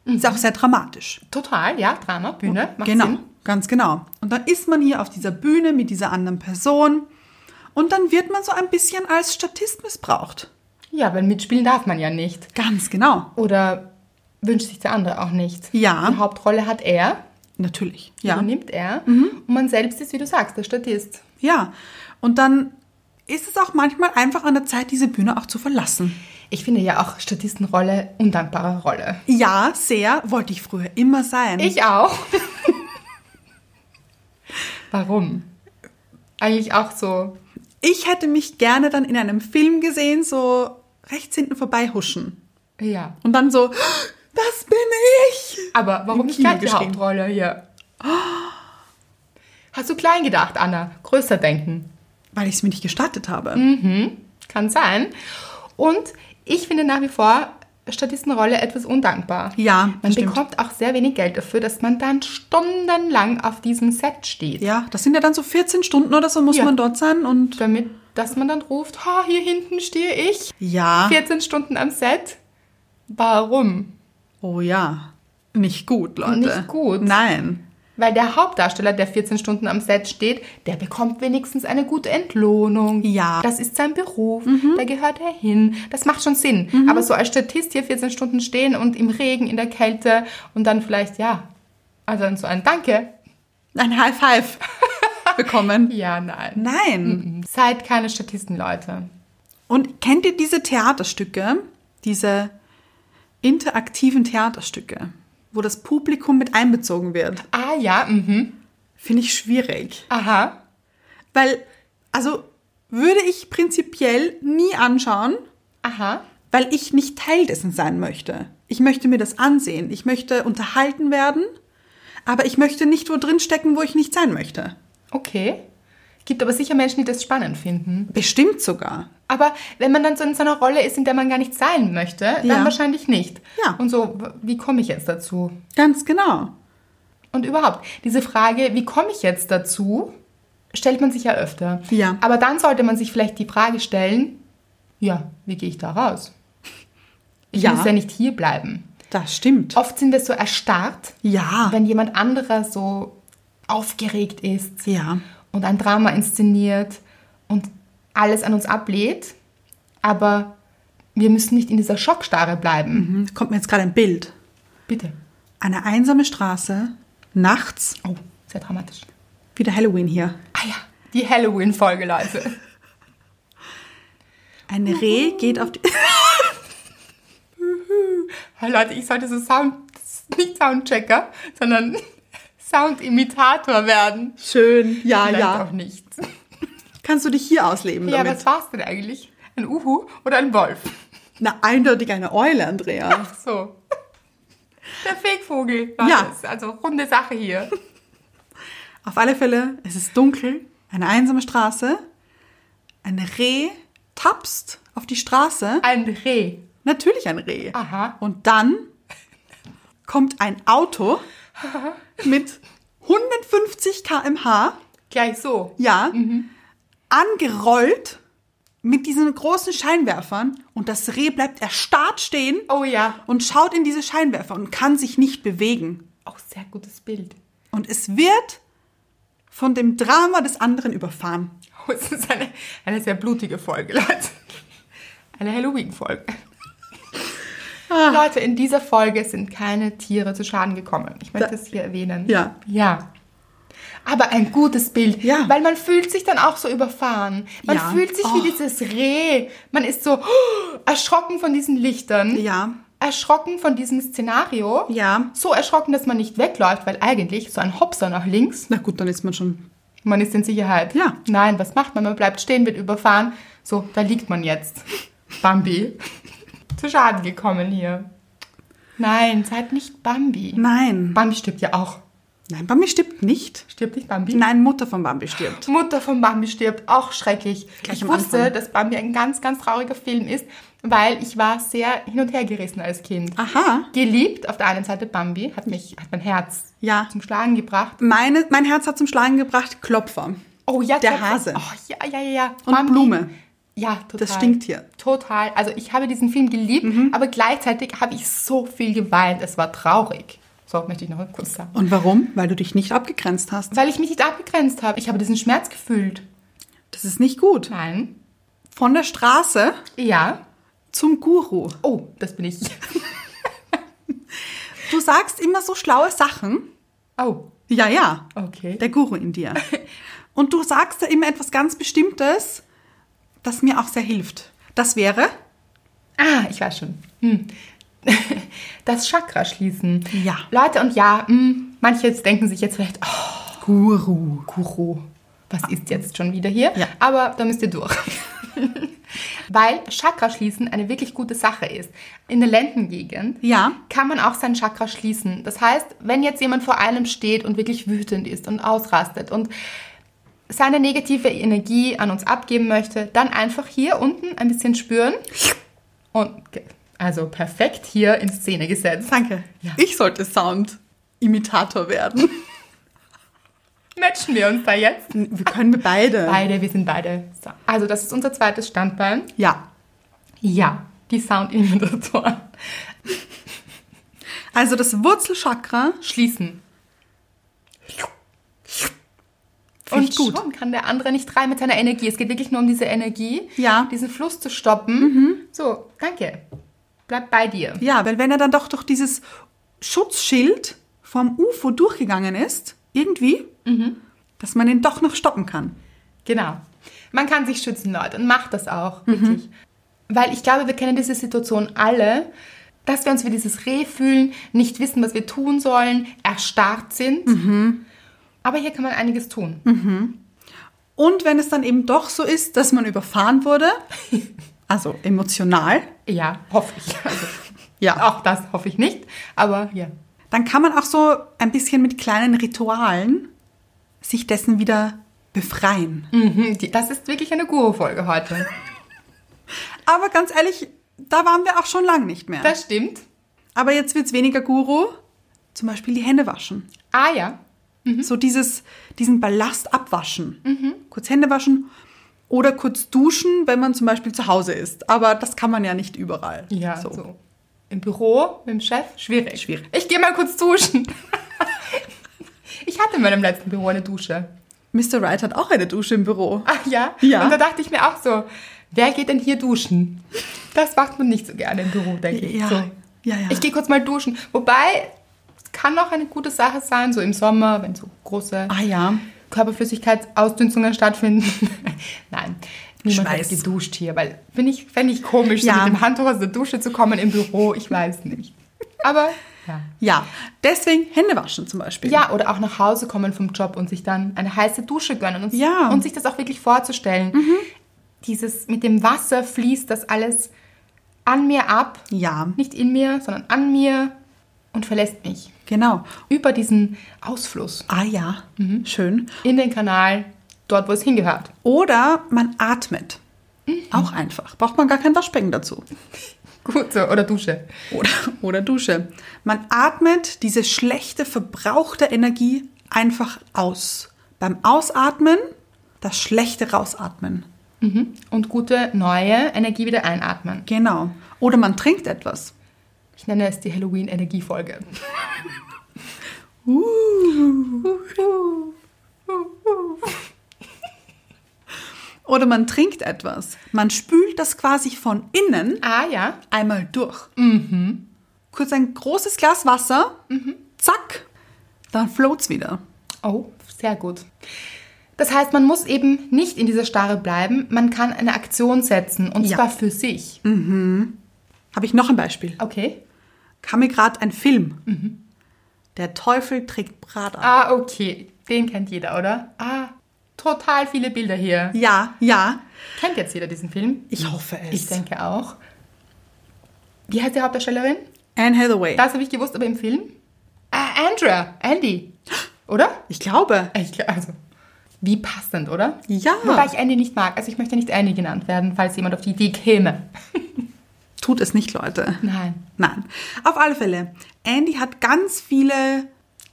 S1: Ist auch sehr dramatisch.
S2: Total, ja, Drama, Mhm. Bühne, macht
S1: genau,
S2: Sinn.
S1: ganz genau. Und dann ist man hier auf dieser Bühne mit dieser anderen Person und dann wird man so ein bisschen als Statist missbraucht.
S2: Ja, weil mitspielen darf man ja nicht.
S1: Ganz genau.
S2: Oder wünscht sich der andere auch nicht.
S1: Ja.
S2: Die Hauptrolle hat er,
S1: Natürlich. Ja. Mhm.
S2: übernimmt er. Und man selbst ist, wie du sagst, der Statist.
S1: Ja. Und dann ist es auch manchmal einfach an der Zeit, diese Bühne auch zu verlassen.
S2: Ich finde ja auch Statistenrolle undankbare Rolle.
S1: Ja, sehr wollte ich früher immer sein.
S2: Ich auch. Warum? Eigentlich auch so.
S1: ich hätte mich gerne dann in einem Film gesehen, so rechts hinten vorbei huschen.
S2: Ja.
S1: Und dann so, das bin ich.
S2: Aber warum
S1: Im
S2: nicht
S1: Kino
S2: gleich die
S1: geschrieben.
S2: Hauptrolle hier? Hast du klein gedacht, Anna? Größer denken.
S1: Weil ich es mir nicht gestattet habe.
S2: Mhm. Kann sein. Und ich finde nach wie vor Statistenrolle etwas undankbar.
S1: Ja,
S2: Man
S1: das stimmt.
S2: bekommt auch sehr wenig Geld dafür, dass man dann stundenlang auf diesem Set steht.
S1: Ja, das sind ja dann so 14 Stunden oder so, muss
S2: Ja.
S1: man dort sein und
S2: Damit, dass man dann ruft, ha, hier hinten stehe ich.
S1: ja,
S2: 14 Stunden am Set. Warum?
S1: oh ja, nicht gut, Leute.
S2: Nicht gut.
S1: Nein.
S2: Weil der Hauptdarsteller, der 14 Stunden am Set steht, der bekommt wenigstens eine gute Entlohnung.
S1: Ja.
S2: Das ist sein Beruf, da gehört er hin. Das macht schon Sinn. Aber so als Statist hier 14 Stunden stehen und im Regen, in der Kälte und dann vielleicht, ja, also dann so ein Danke.
S1: Ein High Five bekommen.
S2: Ja, Mhm. nein.
S1: Nein.
S2: Seid keine Statisten, Leute.
S1: Und kennt ihr diese Theaterstücke, diese interaktiven Theaterstücke, wo das Publikum mit einbezogen wird?
S2: Ah ja, mhm.
S1: Finde ich schwierig.
S2: Aha.
S1: Weil, also würde ich prinzipiell nie anschauen,
S2: Aha.
S1: weil ich nicht Teil dessen sein möchte. Ich möchte mir das ansehen. Ich möchte unterhalten werden, aber ich möchte nicht wo drin stecken, wo ich nicht sein möchte.
S2: Okay. Gibt aber sicher Menschen, die das spannend finden.
S1: Bestimmt sogar.
S2: Aber wenn man dann so in so einer Rolle ist, in der man gar nicht sein möchte, dann
S1: Ja.
S2: wahrscheinlich nicht.
S1: Ja.
S2: Und so, w- wie komme ich jetzt dazu?
S1: Ganz genau.
S2: Und überhaupt, diese Frage, wie komme ich jetzt dazu, stellt man sich ja öfter.
S1: Ja.
S2: Aber dann sollte man sich vielleicht die Frage stellen, ja, wie gehe ich da raus? Ich
S1: Ja.
S2: muss ja nicht hier bleiben.
S1: Das stimmt.
S2: Oft sind wir so erstarrt,
S1: Ja.
S2: wenn jemand anderer so aufgeregt ist
S1: Ja.
S2: und ein Drama inszeniert und alles an uns ablehnt, aber wir müssen nicht in dieser Schockstarre bleiben.
S1: Hm, Kommt mir jetzt gerade ein Bild.
S2: Bitte.
S1: Eine einsame Straße, nachts,
S2: Oh, sehr dramatisch.
S1: wieder Halloween hier.
S2: Ah ja, die Halloween-Folge, Leute.
S1: Ein Reh geht auf die.
S2: Hey, Leute, ich sollte so Sound, nicht Soundchecker, sondern Soundimitator werden.
S1: Schön. Ja,
S2: Vielleicht
S1: ja.
S2: auch nicht.
S1: Kannst du dich hier ausleben
S2: Ah, Ja,
S1: damit?
S2: was war's denn eigentlich? Ein Uhu oder ein Wolf?
S1: Na, eindeutig eine Eule, Andrea.
S2: Ach so. Der Fegvogel war
S1: Ja.
S2: das. Also runde Sache hier.
S1: Auf alle Fälle, es ist dunkel, eine einsame Straße. Ein Reh tapst auf die Straße.
S2: Ein Reh.
S1: Natürlich ein Reh.
S2: Aha.
S1: Und dann kommt ein Auto mit 150 km/h,
S2: Gleich so.
S1: ja,
S2: Mhm.
S1: angerollt mit diesen großen Scheinwerfern und das Reh bleibt erstarrt stehen
S2: Oh ja.
S1: und schaut in diese Scheinwerfer und kann sich nicht bewegen.
S2: Auch sehr gutes Bild.
S1: Und es wird von dem Drama des anderen überfahren.
S2: Oh, es ist eine, eine sehr blutige Folge, Leute. Eine Halloween-Folge.
S1: Ah.
S2: Leute, in dieser Folge sind keine Tiere zu Schaden gekommen. Ich möchte
S1: Da-
S2: das hier erwähnen.
S1: Ja.
S2: Ja. Aber ein gutes Bild.
S1: Ja.
S2: Weil man fühlt sich dann auch so überfahren. Man
S1: Ja.
S2: fühlt sich
S1: Oh.
S2: wie dieses Reh. Man ist so oh, erschrocken von diesen Lichtern.
S1: Ja.
S2: Erschrocken von diesem Szenario.
S1: Ja.
S2: So erschrocken, dass man nicht wegläuft, weil eigentlich so ein Hopser nach links.
S1: Na gut, dann ist man schon.
S2: Man ist in Sicherheit.
S1: Ja.
S2: Nein, was macht man? Man bleibt stehen, wird überfahren. So, da liegt man jetzt. Bambi. Zu Schaden gekommen hier. Nein, seid nicht Bambi.
S1: Nein.
S2: Bambi stirbt ja auch.
S1: Nein, Bambi stirbt nicht.
S2: Stirbt nicht Bambi?
S1: Nein, Mutter von Bambi stirbt.
S2: Mutter von Bambi stirbt, auch schrecklich.
S1: Gleich am
S2: ich wusste,
S1: Anfang.
S2: dass Bambi ein ganz, ganz trauriger Film ist, weil ich war sehr hin und her gerissen als Kind.
S1: Aha.
S2: Geliebt auf der einen Seite Bambi, hat mich, hat mein Herz
S1: Ja.
S2: zum Schlagen gebracht.
S1: Meine, mein Herz hat zum Schlagen gebracht Klopfer.
S2: Oh ja,
S1: Der
S2: Klopfer.
S1: Hase.
S2: Oh ja, ja, ja, ja.
S1: Und Blume.
S2: Ja, total.
S1: Das Stinktier.
S2: Total. Also ich habe diesen Film geliebt,
S1: Mhm.
S2: aber gleichzeitig habe ich so viel geweint. Es war traurig. So möchte ich noch kurz sagen.
S1: Und warum? Weil du dich nicht abgegrenzt hast.
S2: Weil ich mich nicht abgegrenzt habe. Ich habe diesen Schmerz gefühlt.
S1: Das ist nicht gut.
S2: Nein.
S1: Von der Straße
S2: Ja.
S1: zum Guru.
S2: Oh, das bin ich.
S1: Du sagst immer so schlaue Sachen.
S2: Oh,
S1: Ja, ja.
S2: okay.
S1: Der Guru in dir. Und du sagst da immer etwas ganz Bestimmtes, das mir auch sehr hilft. Das wäre,
S2: Ah, ich weiß schon. Hm. Das Chakra schließen.
S1: Ja.
S2: Leute, und ja, hm, manche jetzt denken sich jetzt vielleicht, oh,
S1: Guru.
S2: Guru. Was ist jetzt schon wieder hier?
S1: Ja.
S2: Aber da müsst ihr durch. Weil Chakra schließen eine wirklich gute Sache ist. In der Lendengegend
S1: Ja.
S2: kann man auch sein Chakra schließen. Das heißt, wenn jetzt jemand vor einem steht und wirklich wütend ist und ausrastet und seine negative Energie an uns abgeben möchte, dann einfach hier unten ein bisschen spüren und also perfekt hier in Szene gesetzt.
S1: Danke.
S2: Ja.
S1: Ich sollte Sound-Imitator werden.
S2: Matchen wir uns da jetzt?
S1: Wir können wir beide.
S2: Beide, wir sind beide. So. Also das ist unser zweites Standbein.
S1: Ja.
S2: Ja, die Soundinventoren.
S1: Also das Wurzelchakra
S2: Schließen.
S1: finde ich
S2: Und
S1: gut.
S2: schon kann der andere nicht rein mit seiner Energie. Es geht wirklich nur um diese Energie,
S1: Ja. Mhm.
S2: diesen Fluss zu stoppen. So, danke. Bleib bei dir.
S1: Ja, weil wenn er dann doch durch dieses Schutzschild vom UFO durchgegangen ist, irgendwie, dass man ihn doch noch stoppen kann.
S2: Genau. Man kann sich schützen, Leute, und macht das auch,
S1: Mhm.
S2: wirklich. Weil ich glaube, wir kennen diese Situation alle, dass wir uns wie dieses Reh fühlen, nicht wissen, was wir tun sollen, erstarrt sind.
S1: Mhm.
S2: Aber hier kann man einiges tun.
S1: Und wenn es dann eben doch so ist, dass man überfahren wurde, also emotional,
S2: Ja, hoffe ich. Also,
S1: Ja.
S2: Auch das hoffe ich nicht, aber ja.
S1: dann kann man auch so ein bisschen mit kleinen Ritualen sich dessen wieder befreien.
S2: Mhm, die, das ist wirklich eine Guru-Folge heute.
S1: Aber ganz ehrlich, da waren wir auch schon lang nicht mehr.
S2: Das stimmt.
S1: Aber jetzt wird es weniger Guru, zum Beispiel die Hände waschen.
S2: Ah ja,
S1: Mhm. So dieses, diesen Ballast abwaschen.
S2: Mhm.
S1: Kurz Hände waschen oder kurz duschen, wenn man zum Beispiel zu Hause ist. Aber das kann man ja nicht überall.
S2: ja, so. Im Büro mit dem Chef? Schwierig.
S1: Schwierig.
S2: Ich gehe mal kurz duschen. ich hatte in meinem letzten Büro eine Dusche.
S1: Mr. Wright hat auch eine Dusche im Büro.
S2: Ach Ah, ja?
S1: Ja.
S2: Und da dachte ich mir auch so, wer geht denn hier duschen? Das macht man nicht so gerne im Büro, denke ich.
S1: Ja.
S2: So.
S1: Ja, ja.
S2: Ich gehe kurz mal duschen. Wobei, es kann auch eine gute Sache sein, so im Sommer, wenn so große
S1: Ah ja.
S2: Körperflüssigkeitsausdünstungen stattfinden. Nein. Niemand
S1: Schweiß.
S2: hat geduscht hier, weil finde ich, fänd ich komisch,
S1: Ja.
S2: so mit dem Handtuch aus der Dusche zu kommen im Büro. Ich weiß nicht. Aber ja.
S1: Ja, deswegen Hände waschen zum Beispiel.
S2: Ja, oder auch nach Hause kommen vom Job und sich dann eine heiße Dusche gönnen und,
S1: Ja.
S2: und sich das auch wirklich vorzustellen. Dieses mit dem Wasser fließt das alles an mir ab,
S1: Ja,
S2: nicht in mir, sondern an mir und verlässt mich
S1: genau.
S2: über diesen Ausfluss
S1: Ah ja,
S2: Mhm.
S1: schön.
S2: in den Kanal, dort wo es hingehört.
S1: Oder man atmet.
S2: Mhm.
S1: Auch einfach. Braucht man gar kein Waschbecken dazu.
S2: Gut so, oder Dusche.
S1: Oder, oder Dusche. Man atmet diese schlechte, verbrauchte Energie einfach aus. Beim Ausatmen das Schlechte rausatmen.
S2: Mhm. Und gute neue Energie wieder einatmen.
S1: Genau. Oder man trinkt etwas.
S2: Ich nenne es die Halloween-Energiefolge.
S1: Oder man trinkt etwas. Man spült das quasi von innen
S2: Ah ja,
S1: einmal durch. Kurz ein großes Glas Wasser, zack, dann float's wieder.
S2: Oh, sehr gut. Das heißt, man muss eben nicht in dieser Starre bleiben, man kann eine Aktion setzen und
S1: Ja. Mhm.
S2: zwar für sich.
S1: Habe ich noch ein Beispiel.
S2: Okay.
S1: Kam mir gerade ein Film. Der Teufel trägt Prada.
S2: Ah, okay. Den kennt jeder, oder? Ah, total viele Bilder hier.
S1: Ja, ja.
S2: Kennt jetzt jeder diesen Film?
S1: Ich hoffe es.
S2: Ich denke auch. Wie heißt die Hauptdarstellerin?
S1: Anne Hathaway.
S2: Das habe ich gewusst, aber im Film? Ah, Andrea, Andy. Oder?
S1: ich glaube.
S2: Ich, glaub- also, wie passend, oder?
S1: Ja.
S2: Wobei ich Andy nicht mag. Also ich möchte nicht Andy genannt werden, falls jemand auf die Idee käme.
S1: Tut es nicht, Leute.
S2: Nein.
S1: Nein. Auf alle Fälle. Andy hat ganz viele,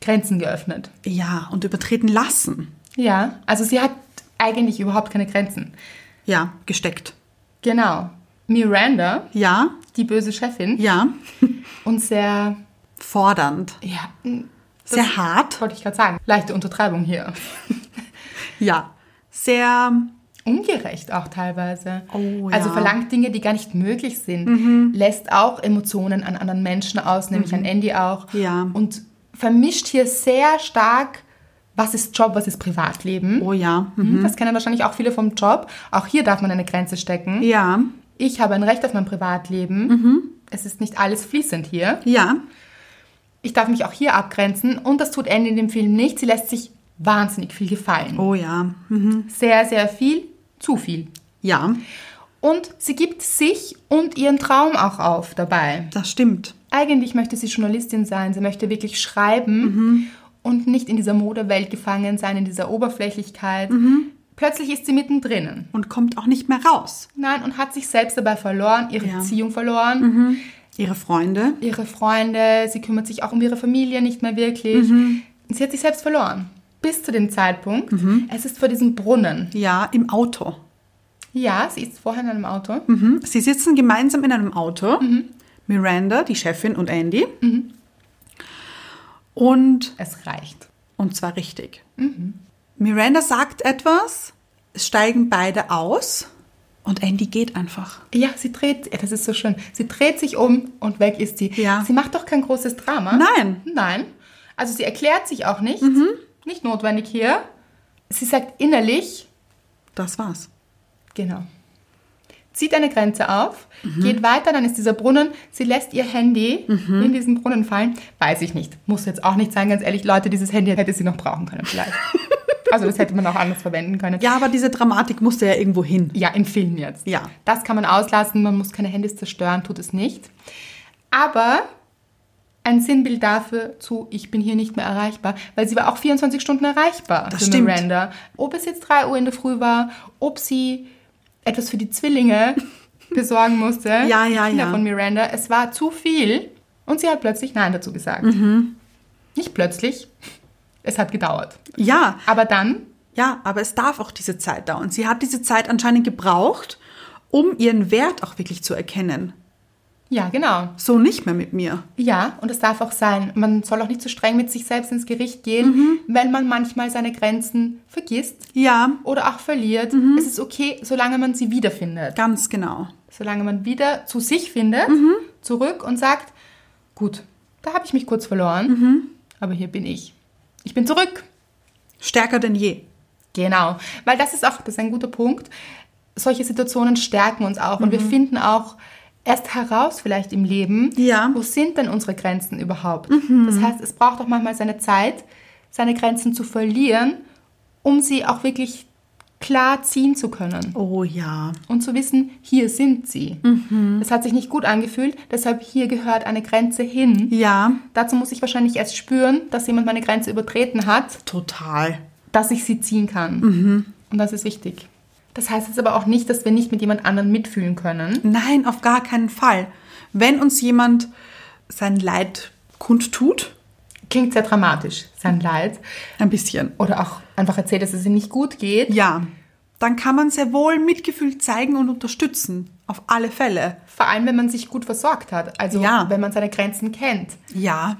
S2: Grenzen geöffnet.
S1: ja, und übertreten lassen.
S2: Ja, also sie hat eigentlich überhaupt keine Grenzen.
S1: Ja, gesteckt.
S2: Genau. Miranda,
S1: Ja,
S2: die böse Chefin,
S1: ja.
S2: und sehr,
S1: Fordernd.
S2: ja, hm,
S1: Sehr hart.
S2: wollte ich gerade sagen, leichte Untertreibung hier.
S1: Ja. Sehr,
S2: Ungerecht auch teilweise.
S1: Oh, ja.
S2: also
S1: Mhm.
S2: verlangt Dinge, die gar nicht möglich sind, lässt auch Emotionen an anderen Menschen aus, nämlich an Andy auch.
S1: Ja.
S2: Und vermischt hier sehr stark, was ist Job, was ist Privatleben.
S1: oh ja. Mhm.
S2: Das kennen wahrscheinlich auch viele vom Job. Auch hier darf man eine Grenze stecken.
S1: Ja,
S2: Ich habe ein Recht auf mein Privatleben.
S1: Mhm.
S2: Es ist nicht alles fließend hier.
S1: ja.
S2: Ich darf mich auch hier abgrenzen und das tut Andy in dem Film nicht. Sie lässt sich wahnsinnig viel gefallen.
S1: Oh ja. Mhm.
S2: Sehr, sehr viel, zu viel.
S1: Ja,
S2: Und sie gibt sich und ihren Traum auch auf dabei.
S1: das stimmt.
S2: Eigentlich möchte sie Journalistin sein. Sie möchte wirklich schreiben
S1: Mhm.
S2: und nicht in dieser Modewelt gefangen sein, in dieser Oberflächlichkeit.
S1: Mhm.
S2: Plötzlich ist sie mittendrin.
S1: Und kommt auch nicht mehr raus.
S2: Nein, und hat sich selbst dabei verloren, ihre
S1: Ja. Mhm.
S2: Beziehung verloren.
S1: Ihre Freunde.
S2: ihre Freunde, sie kümmert sich auch um ihre Familie nicht mehr wirklich.
S1: Mhm.
S2: Sie hat sich selbst verloren. Bis zu dem Zeitpunkt,
S1: Mhm.
S2: es ist vor diesem Brunnen.
S1: Ja, im Auto.
S2: Ja, sie ist vorher in einem Auto.
S1: Mhm. Sie sitzen gemeinsam in einem Auto. Miranda, die Chefin und Andy. Und,
S2: Es reicht.
S1: und zwar richtig. Miranda sagt etwas, es steigen beide aus und Andy geht einfach.
S2: Ja, sie dreht, ja, das ist so schön, sie dreht sich um und weg ist sie.
S1: Ja.
S2: Sie macht doch kein großes Drama.
S1: Nein. Mhm.
S2: Nein. Also sie erklärt sich auch nicht. Nicht notwendig hier. Sie sagt innerlich,
S1: Das war's.
S2: Genau. Zieht eine Grenze auf, geht weiter, dann ist dieser Brunnen, sie lässt ihr Handy in diesen Brunnen fallen. Weiß ich nicht. Muss jetzt auch nicht sein, ganz ehrlich, Leute, dieses Handy hätte sie noch brauchen können vielleicht. also das hätte man auch anders verwenden können.
S1: Ja, aber diese Dramatik musste ja irgendwo hin.
S2: Ja, im Film jetzt.
S1: Ja.
S2: Das kann man auslassen, man muss keine Handys zerstören, tut es nicht. Aber ein Sinnbild dafür zu, ich bin hier nicht mehr erreichbar, weil sie war auch 24 Stunden erreichbar
S1: Das
S2: für
S1: stimmt.
S2: Miranda. Ob es jetzt 3 Uhr in der Früh war, ob sie etwas für die Zwillinge besorgen musste,
S1: Ja, ja,
S2: die Kinder
S1: ja.
S2: von Miranda, es war zu viel und sie hat plötzlich Nein dazu gesagt.
S1: Mhm.
S2: Nicht plötzlich, es hat gedauert.
S1: Ja,
S2: Aber dann
S1: Ja, aber es darf auch diese Zeit dauern. Sie hat diese Zeit anscheinend gebraucht, um ihren Wert auch wirklich zu erkennen.
S2: Ja, genau.
S1: So nicht mehr mit mir.
S2: Ja, und es darf auch sein. Man soll auch nicht zu so streng mit sich selbst ins Gericht gehen, wenn man manchmal seine Grenzen vergisst
S1: Ja,
S2: oder auch verliert. Es ist okay, solange man sie wiederfindet.
S1: ganz genau.
S2: Solange man wieder zu sich findet, zurück und sagt, gut, da habe ich mich kurz verloren, aber hier bin ich. Ich bin zurück.
S1: Stärker denn je.
S2: Genau, weil das ist auch, das ist ein guter Punkt. Solche Situationen stärken uns auch und wir
S1: Mhm.
S2: finden auch erst heraus vielleicht im Leben,
S1: Ja. Mhm.
S2: wo sind denn unsere Grenzen überhaupt? Das heißt, es braucht auch manchmal seine Zeit, seine Grenzen zu verlieren, um sie auch wirklich klar ziehen zu können
S1: Oh ja.
S2: und zu wissen, hier sind sie.
S1: Mhm.
S2: Das hat sich nicht gut angefühlt, deshalb hier gehört eine Grenze hin.
S1: Ja,
S2: Dazu muss ich wahrscheinlich erst spüren, dass jemand meine Grenze übertreten hat
S1: total.
S2: dass ich sie ziehen kann.
S1: Mhm.
S2: Und das ist wichtig. Das heißt jetzt aber auch nicht, dass wir nicht mit jemand anderem mitfühlen können.
S1: Nein, auf gar keinen Fall. Wenn uns jemand sein Leid kundtut,
S2: Klingt sehr dramatisch,
S1: Mhm.
S2: sein Leid.
S1: ein bisschen,
S2: Oder auch einfach erzählt, dass es ihm nicht gut geht.
S1: ja, dann kann man sehr wohl Mitgefühl zeigen und unterstützen. Auf alle Fälle.
S2: Vor allem, wenn man sich gut versorgt hat. Also
S1: Ja.
S2: wenn man seine Grenzen kennt.
S1: Ja,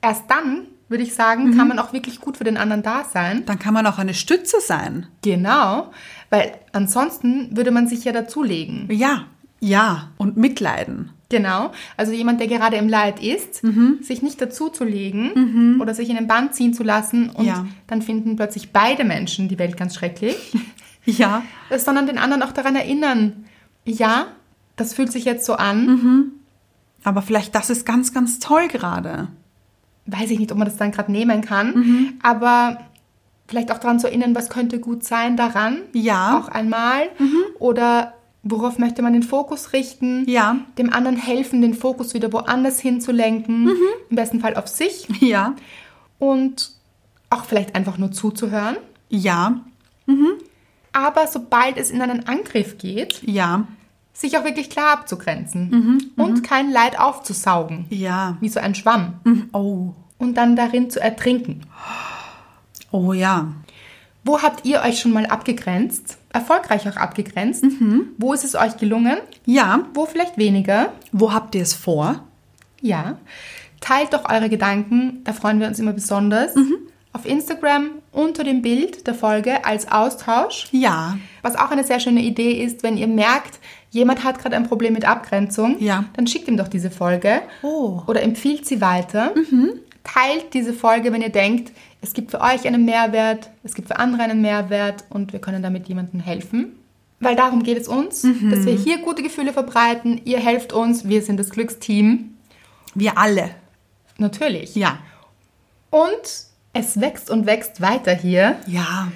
S2: Erst dann, würde ich sagen,
S1: Mhm.
S2: kann man auch wirklich gut für den anderen da sein.
S1: dann kann man auch eine Stütze sein.
S2: Genau. Weil ansonsten würde man sich ja dazulegen.
S1: Ja, ja. Und mitleiden.
S2: Genau. Also jemand, der gerade im Leid ist,
S1: Mhm.
S2: sich nicht dazuzulegen oder sich in den Band ziehen zu lassen und
S1: Ja.
S2: dann finden plötzlich beide Menschen die Welt ganz schrecklich,
S1: Ja,
S2: sondern den anderen auch daran erinnern, ja, das fühlt sich jetzt so an,
S1: Mhm. aber vielleicht das ist ganz, ganz toll gerade.
S2: weiß ich nicht, ob man das dann gerade nehmen kann,
S1: Mhm.
S2: aber vielleicht auch daran zu erinnern, was könnte gut sein daran,
S1: Ja. Mhm.
S2: auch einmal, oder worauf möchte man den Fokus richten,
S1: Ja.
S2: dem anderen helfen, den Fokus wieder woanders hinzulenken,
S1: Mhm.
S2: im besten Fall auf sich.
S1: Ja,
S2: und auch vielleicht einfach nur zuzuhören.
S1: ja,
S2: Aber sobald es in einen Angriff geht,
S1: ja,
S2: sich auch wirklich klar abzugrenzen und kein Leid aufzusaugen,
S1: ja.
S2: wie so ein Schwamm,
S1: Oh,
S2: und dann darin zu ertrinken.
S1: oh ja.
S2: Wo habt ihr euch schon mal abgegrenzt, erfolgreich auch abgegrenzt? Wo ist es euch gelungen?
S1: Ja,
S2: Wo vielleicht weniger?
S1: wo habt ihr es vor?
S2: Ja. Teilt doch eure Gedanken, da freuen wir uns immer besonders. Auf Instagram unter dem Bild der Folge als Austausch.
S1: Ja,
S2: Was auch eine sehr schöne Idee ist, wenn ihr merkt, jemand hat gerade ein Problem mit Abgrenzung,
S1: Ja.
S2: dann schickt ihm doch diese Folge
S1: Oh. Mhm.
S2: oder empfiehlt sie weiter. Teilt diese Folge, wenn ihr denkt, es gibt für euch einen Mehrwert, es gibt für andere einen Mehrwert und wir können damit jemandem helfen. Weil darum geht es uns,
S1: Mhm.
S2: dass wir hier gute Gefühle verbreiten. Ihr helft uns, wir sind das Glücksteam.
S1: wir alle.
S2: Natürlich.
S1: Ja,
S2: Und es wächst und wächst weiter hier.
S1: ja,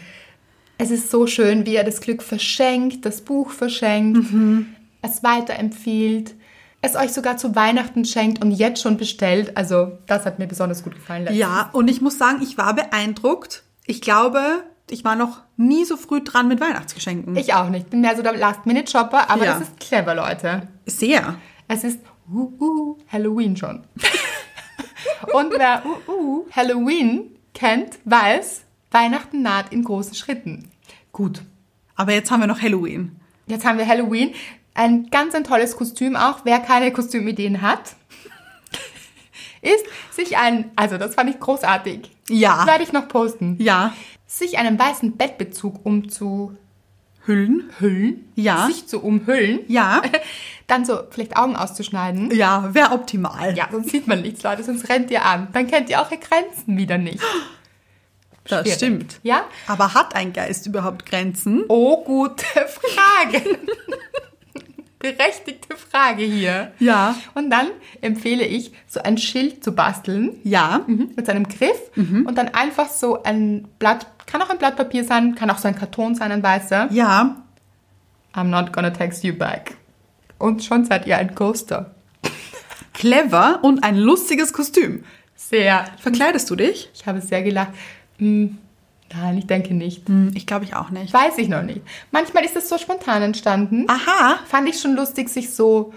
S2: Es ist so schön, wie er das Glück verschenkt, das Buch verschenkt,
S1: Mhm.
S2: es weiterempfiehlt, es euch sogar zu Weihnachten schenkt und jetzt schon bestellt. Also, das hat mir besonders gut gefallen. letztens.
S1: ja. Und ich muss sagen, ich war beeindruckt. Ich glaube, ich war noch nie so früh dran mit Weihnachtsgeschenken.
S2: Ich auch nicht. Bin mehr so der Last-Minute-Shopper, aber
S1: Ja.
S2: das ist clever, Leute.
S1: Sehr.
S2: Es ist uh, uh, Halloween schon. und wer uh, uh, Halloween kennt, weiß, Weihnachten naht in großen Schritten. Gut.
S1: Aber jetzt haben wir noch Halloween.
S2: Jetzt haben wir Halloween. Ein ganz ein tolles Kostüm auch. Wer keine Kostümideen hat, ist sich einen, also das fand ich großartig.
S1: Ja.
S2: Werde ich noch posten.
S1: Ja.
S2: Sich einen weißen Bettbezug umzuhüllen.
S1: Hüllen? Ja.
S2: Sich zu umhüllen.
S1: Ja.
S2: Dann so vielleicht Augen auszuschneiden.
S1: Ja, wäre optimal.
S2: Ja, sonst sieht man nichts, Leute, sonst rennt ihr an. Dann kennt ihr eure Grenzen wieder nicht.
S1: das
S2: Schwierig.
S1: stimmt.
S2: Ja?
S1: Aber hat ein Geist überhaupt Grenzen?
S2: Oh, gute Frage. Berechtigte Frage hier.
S1: Ja.
S2: Und dann empfehle ich, so ein Schild zu basteln
S1: Ja.
S2: mit seinem Griff
S1: Mhm.
S2: und dann einfach so ein Blatt, kann auch ein Blatt Papier sein, kann auch so ein Karton sein, ein weißer.
S1: Ja.
S2: I'm not gonna text you back. Und schon seid ihr ein Ghoster.
S1: Clever und ein lustiges Kostüm.
S2: Sehr.
S1: Verkleidest du dich?
S2: Ich habe sehr gelacht. Hm, nein, ich denke nicht.
S1: Hm, Ich glaube, ich auch nicht.
S2: Weiß ich noch nicht. Manchmal ist es so spontan entstanden.
S1: Aha.
S2: Fand ich schon lustig, sich so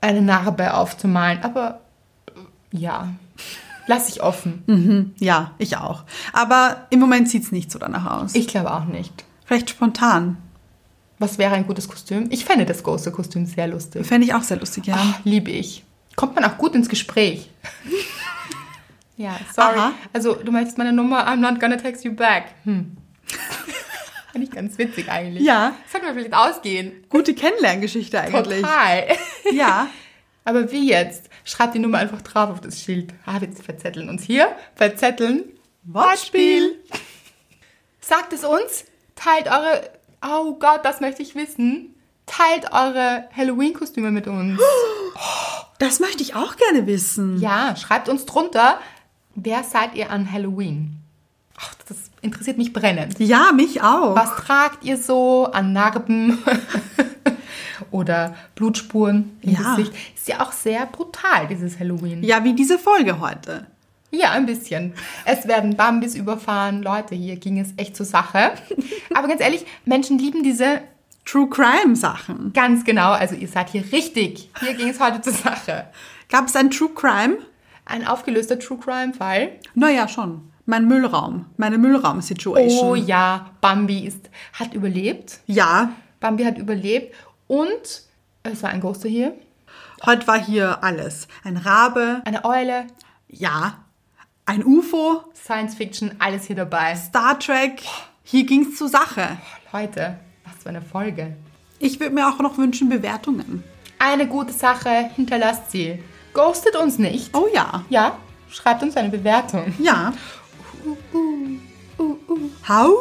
S2: eine Narbe aufzumalen. Aber äh, ja, lass ich offen.
S1: Hm. Ja, ich auch. Aber im Moment sieht es nicht so danach aus.
S2: Ich glaube auch nicht.
S1: Vielleicht spontan.
S2: Was wäre ein gutes Kostüm? Ich fände das große Kostüm sehr lustig.
S1: Fände ich auch sehr lustig, ja.
S2: Ah, liebe ich. Kommt man auch gut ins Gespräch. ja, sorry.
S1: Aha.
S2: Also, du meinst meine Nummer, I'm not gonna text you back. Hm. Fand ich ganz witzig eigentlich.
S1: Ja.
S2: Sollte man vielleicht ausgehen.
S1: Gute Kennenlerngeschichte eigentlich.
S2: Total.
S1: Ja.
S2: Aber wie jetzt? Schreib die Nummer einfach drauf auf das Schild. Ah, wir verzetteln uns hier. Verzetteln.
S1: Wortspiel.
S2: Sagt es uns. Teilt eure. Oh Gott, das möchte ich wissen. Teilt eure Halloween-Kostüme mit uns.
S1: Das möchte ich auch gerne wissen.
S2: Ja, schreibt uns drunter, wer seid ihr an Halloween? Ach, das interessiert mich brennend.
S1: Ja, mich auch.
S2: Was tragt ihr so an Narben oder Blutspuren im
S1: Ja.
S2: Gesicht? Ist ja auch sehr brutal, dieses Halloween.
S1: Ja, wie diese Folge heute.
S2: Ja, ein bisschen. Es werden Bambis überfahren. Leute, hier ging es echt zur Sache. Aber ganz ehrlich, Menschen lieben diese
S1: True Crime Sachen.
S2: ganz genau. Also ihr seid hier richtig. Hier ging es heute zur Sache.
S1: Gab es ein True Crime?
S2: Ein aufgelöster True Crime Fall.
S1: Naja, schon. Mein Müllraum. Meine Müllraum-Situation.
S2: Oh ja, Bambi ist, hat überlebt.
S1: Ja,
S2: Bambi hat überlebt und es war ein Ghoster hier,
S1: heute war hier alles. Ein Rabe,
S2: eine Eule,
S1: ja. Ein UFO,
S2: Science Fiction, alles hier dabei.
S1: Star Trek. Hier ging's zur Sache.
S2: Leute, was für eine Folge.
S1: Ich würde mir auch noch wünschen Bewertungen.
S2: Eine gute Sache, hinterlasst sie. Ghostet uns nicht.
S1: Oh ja.
S2: Ja, schreibt uns eine Bewertung.
S1: Ja. Hau.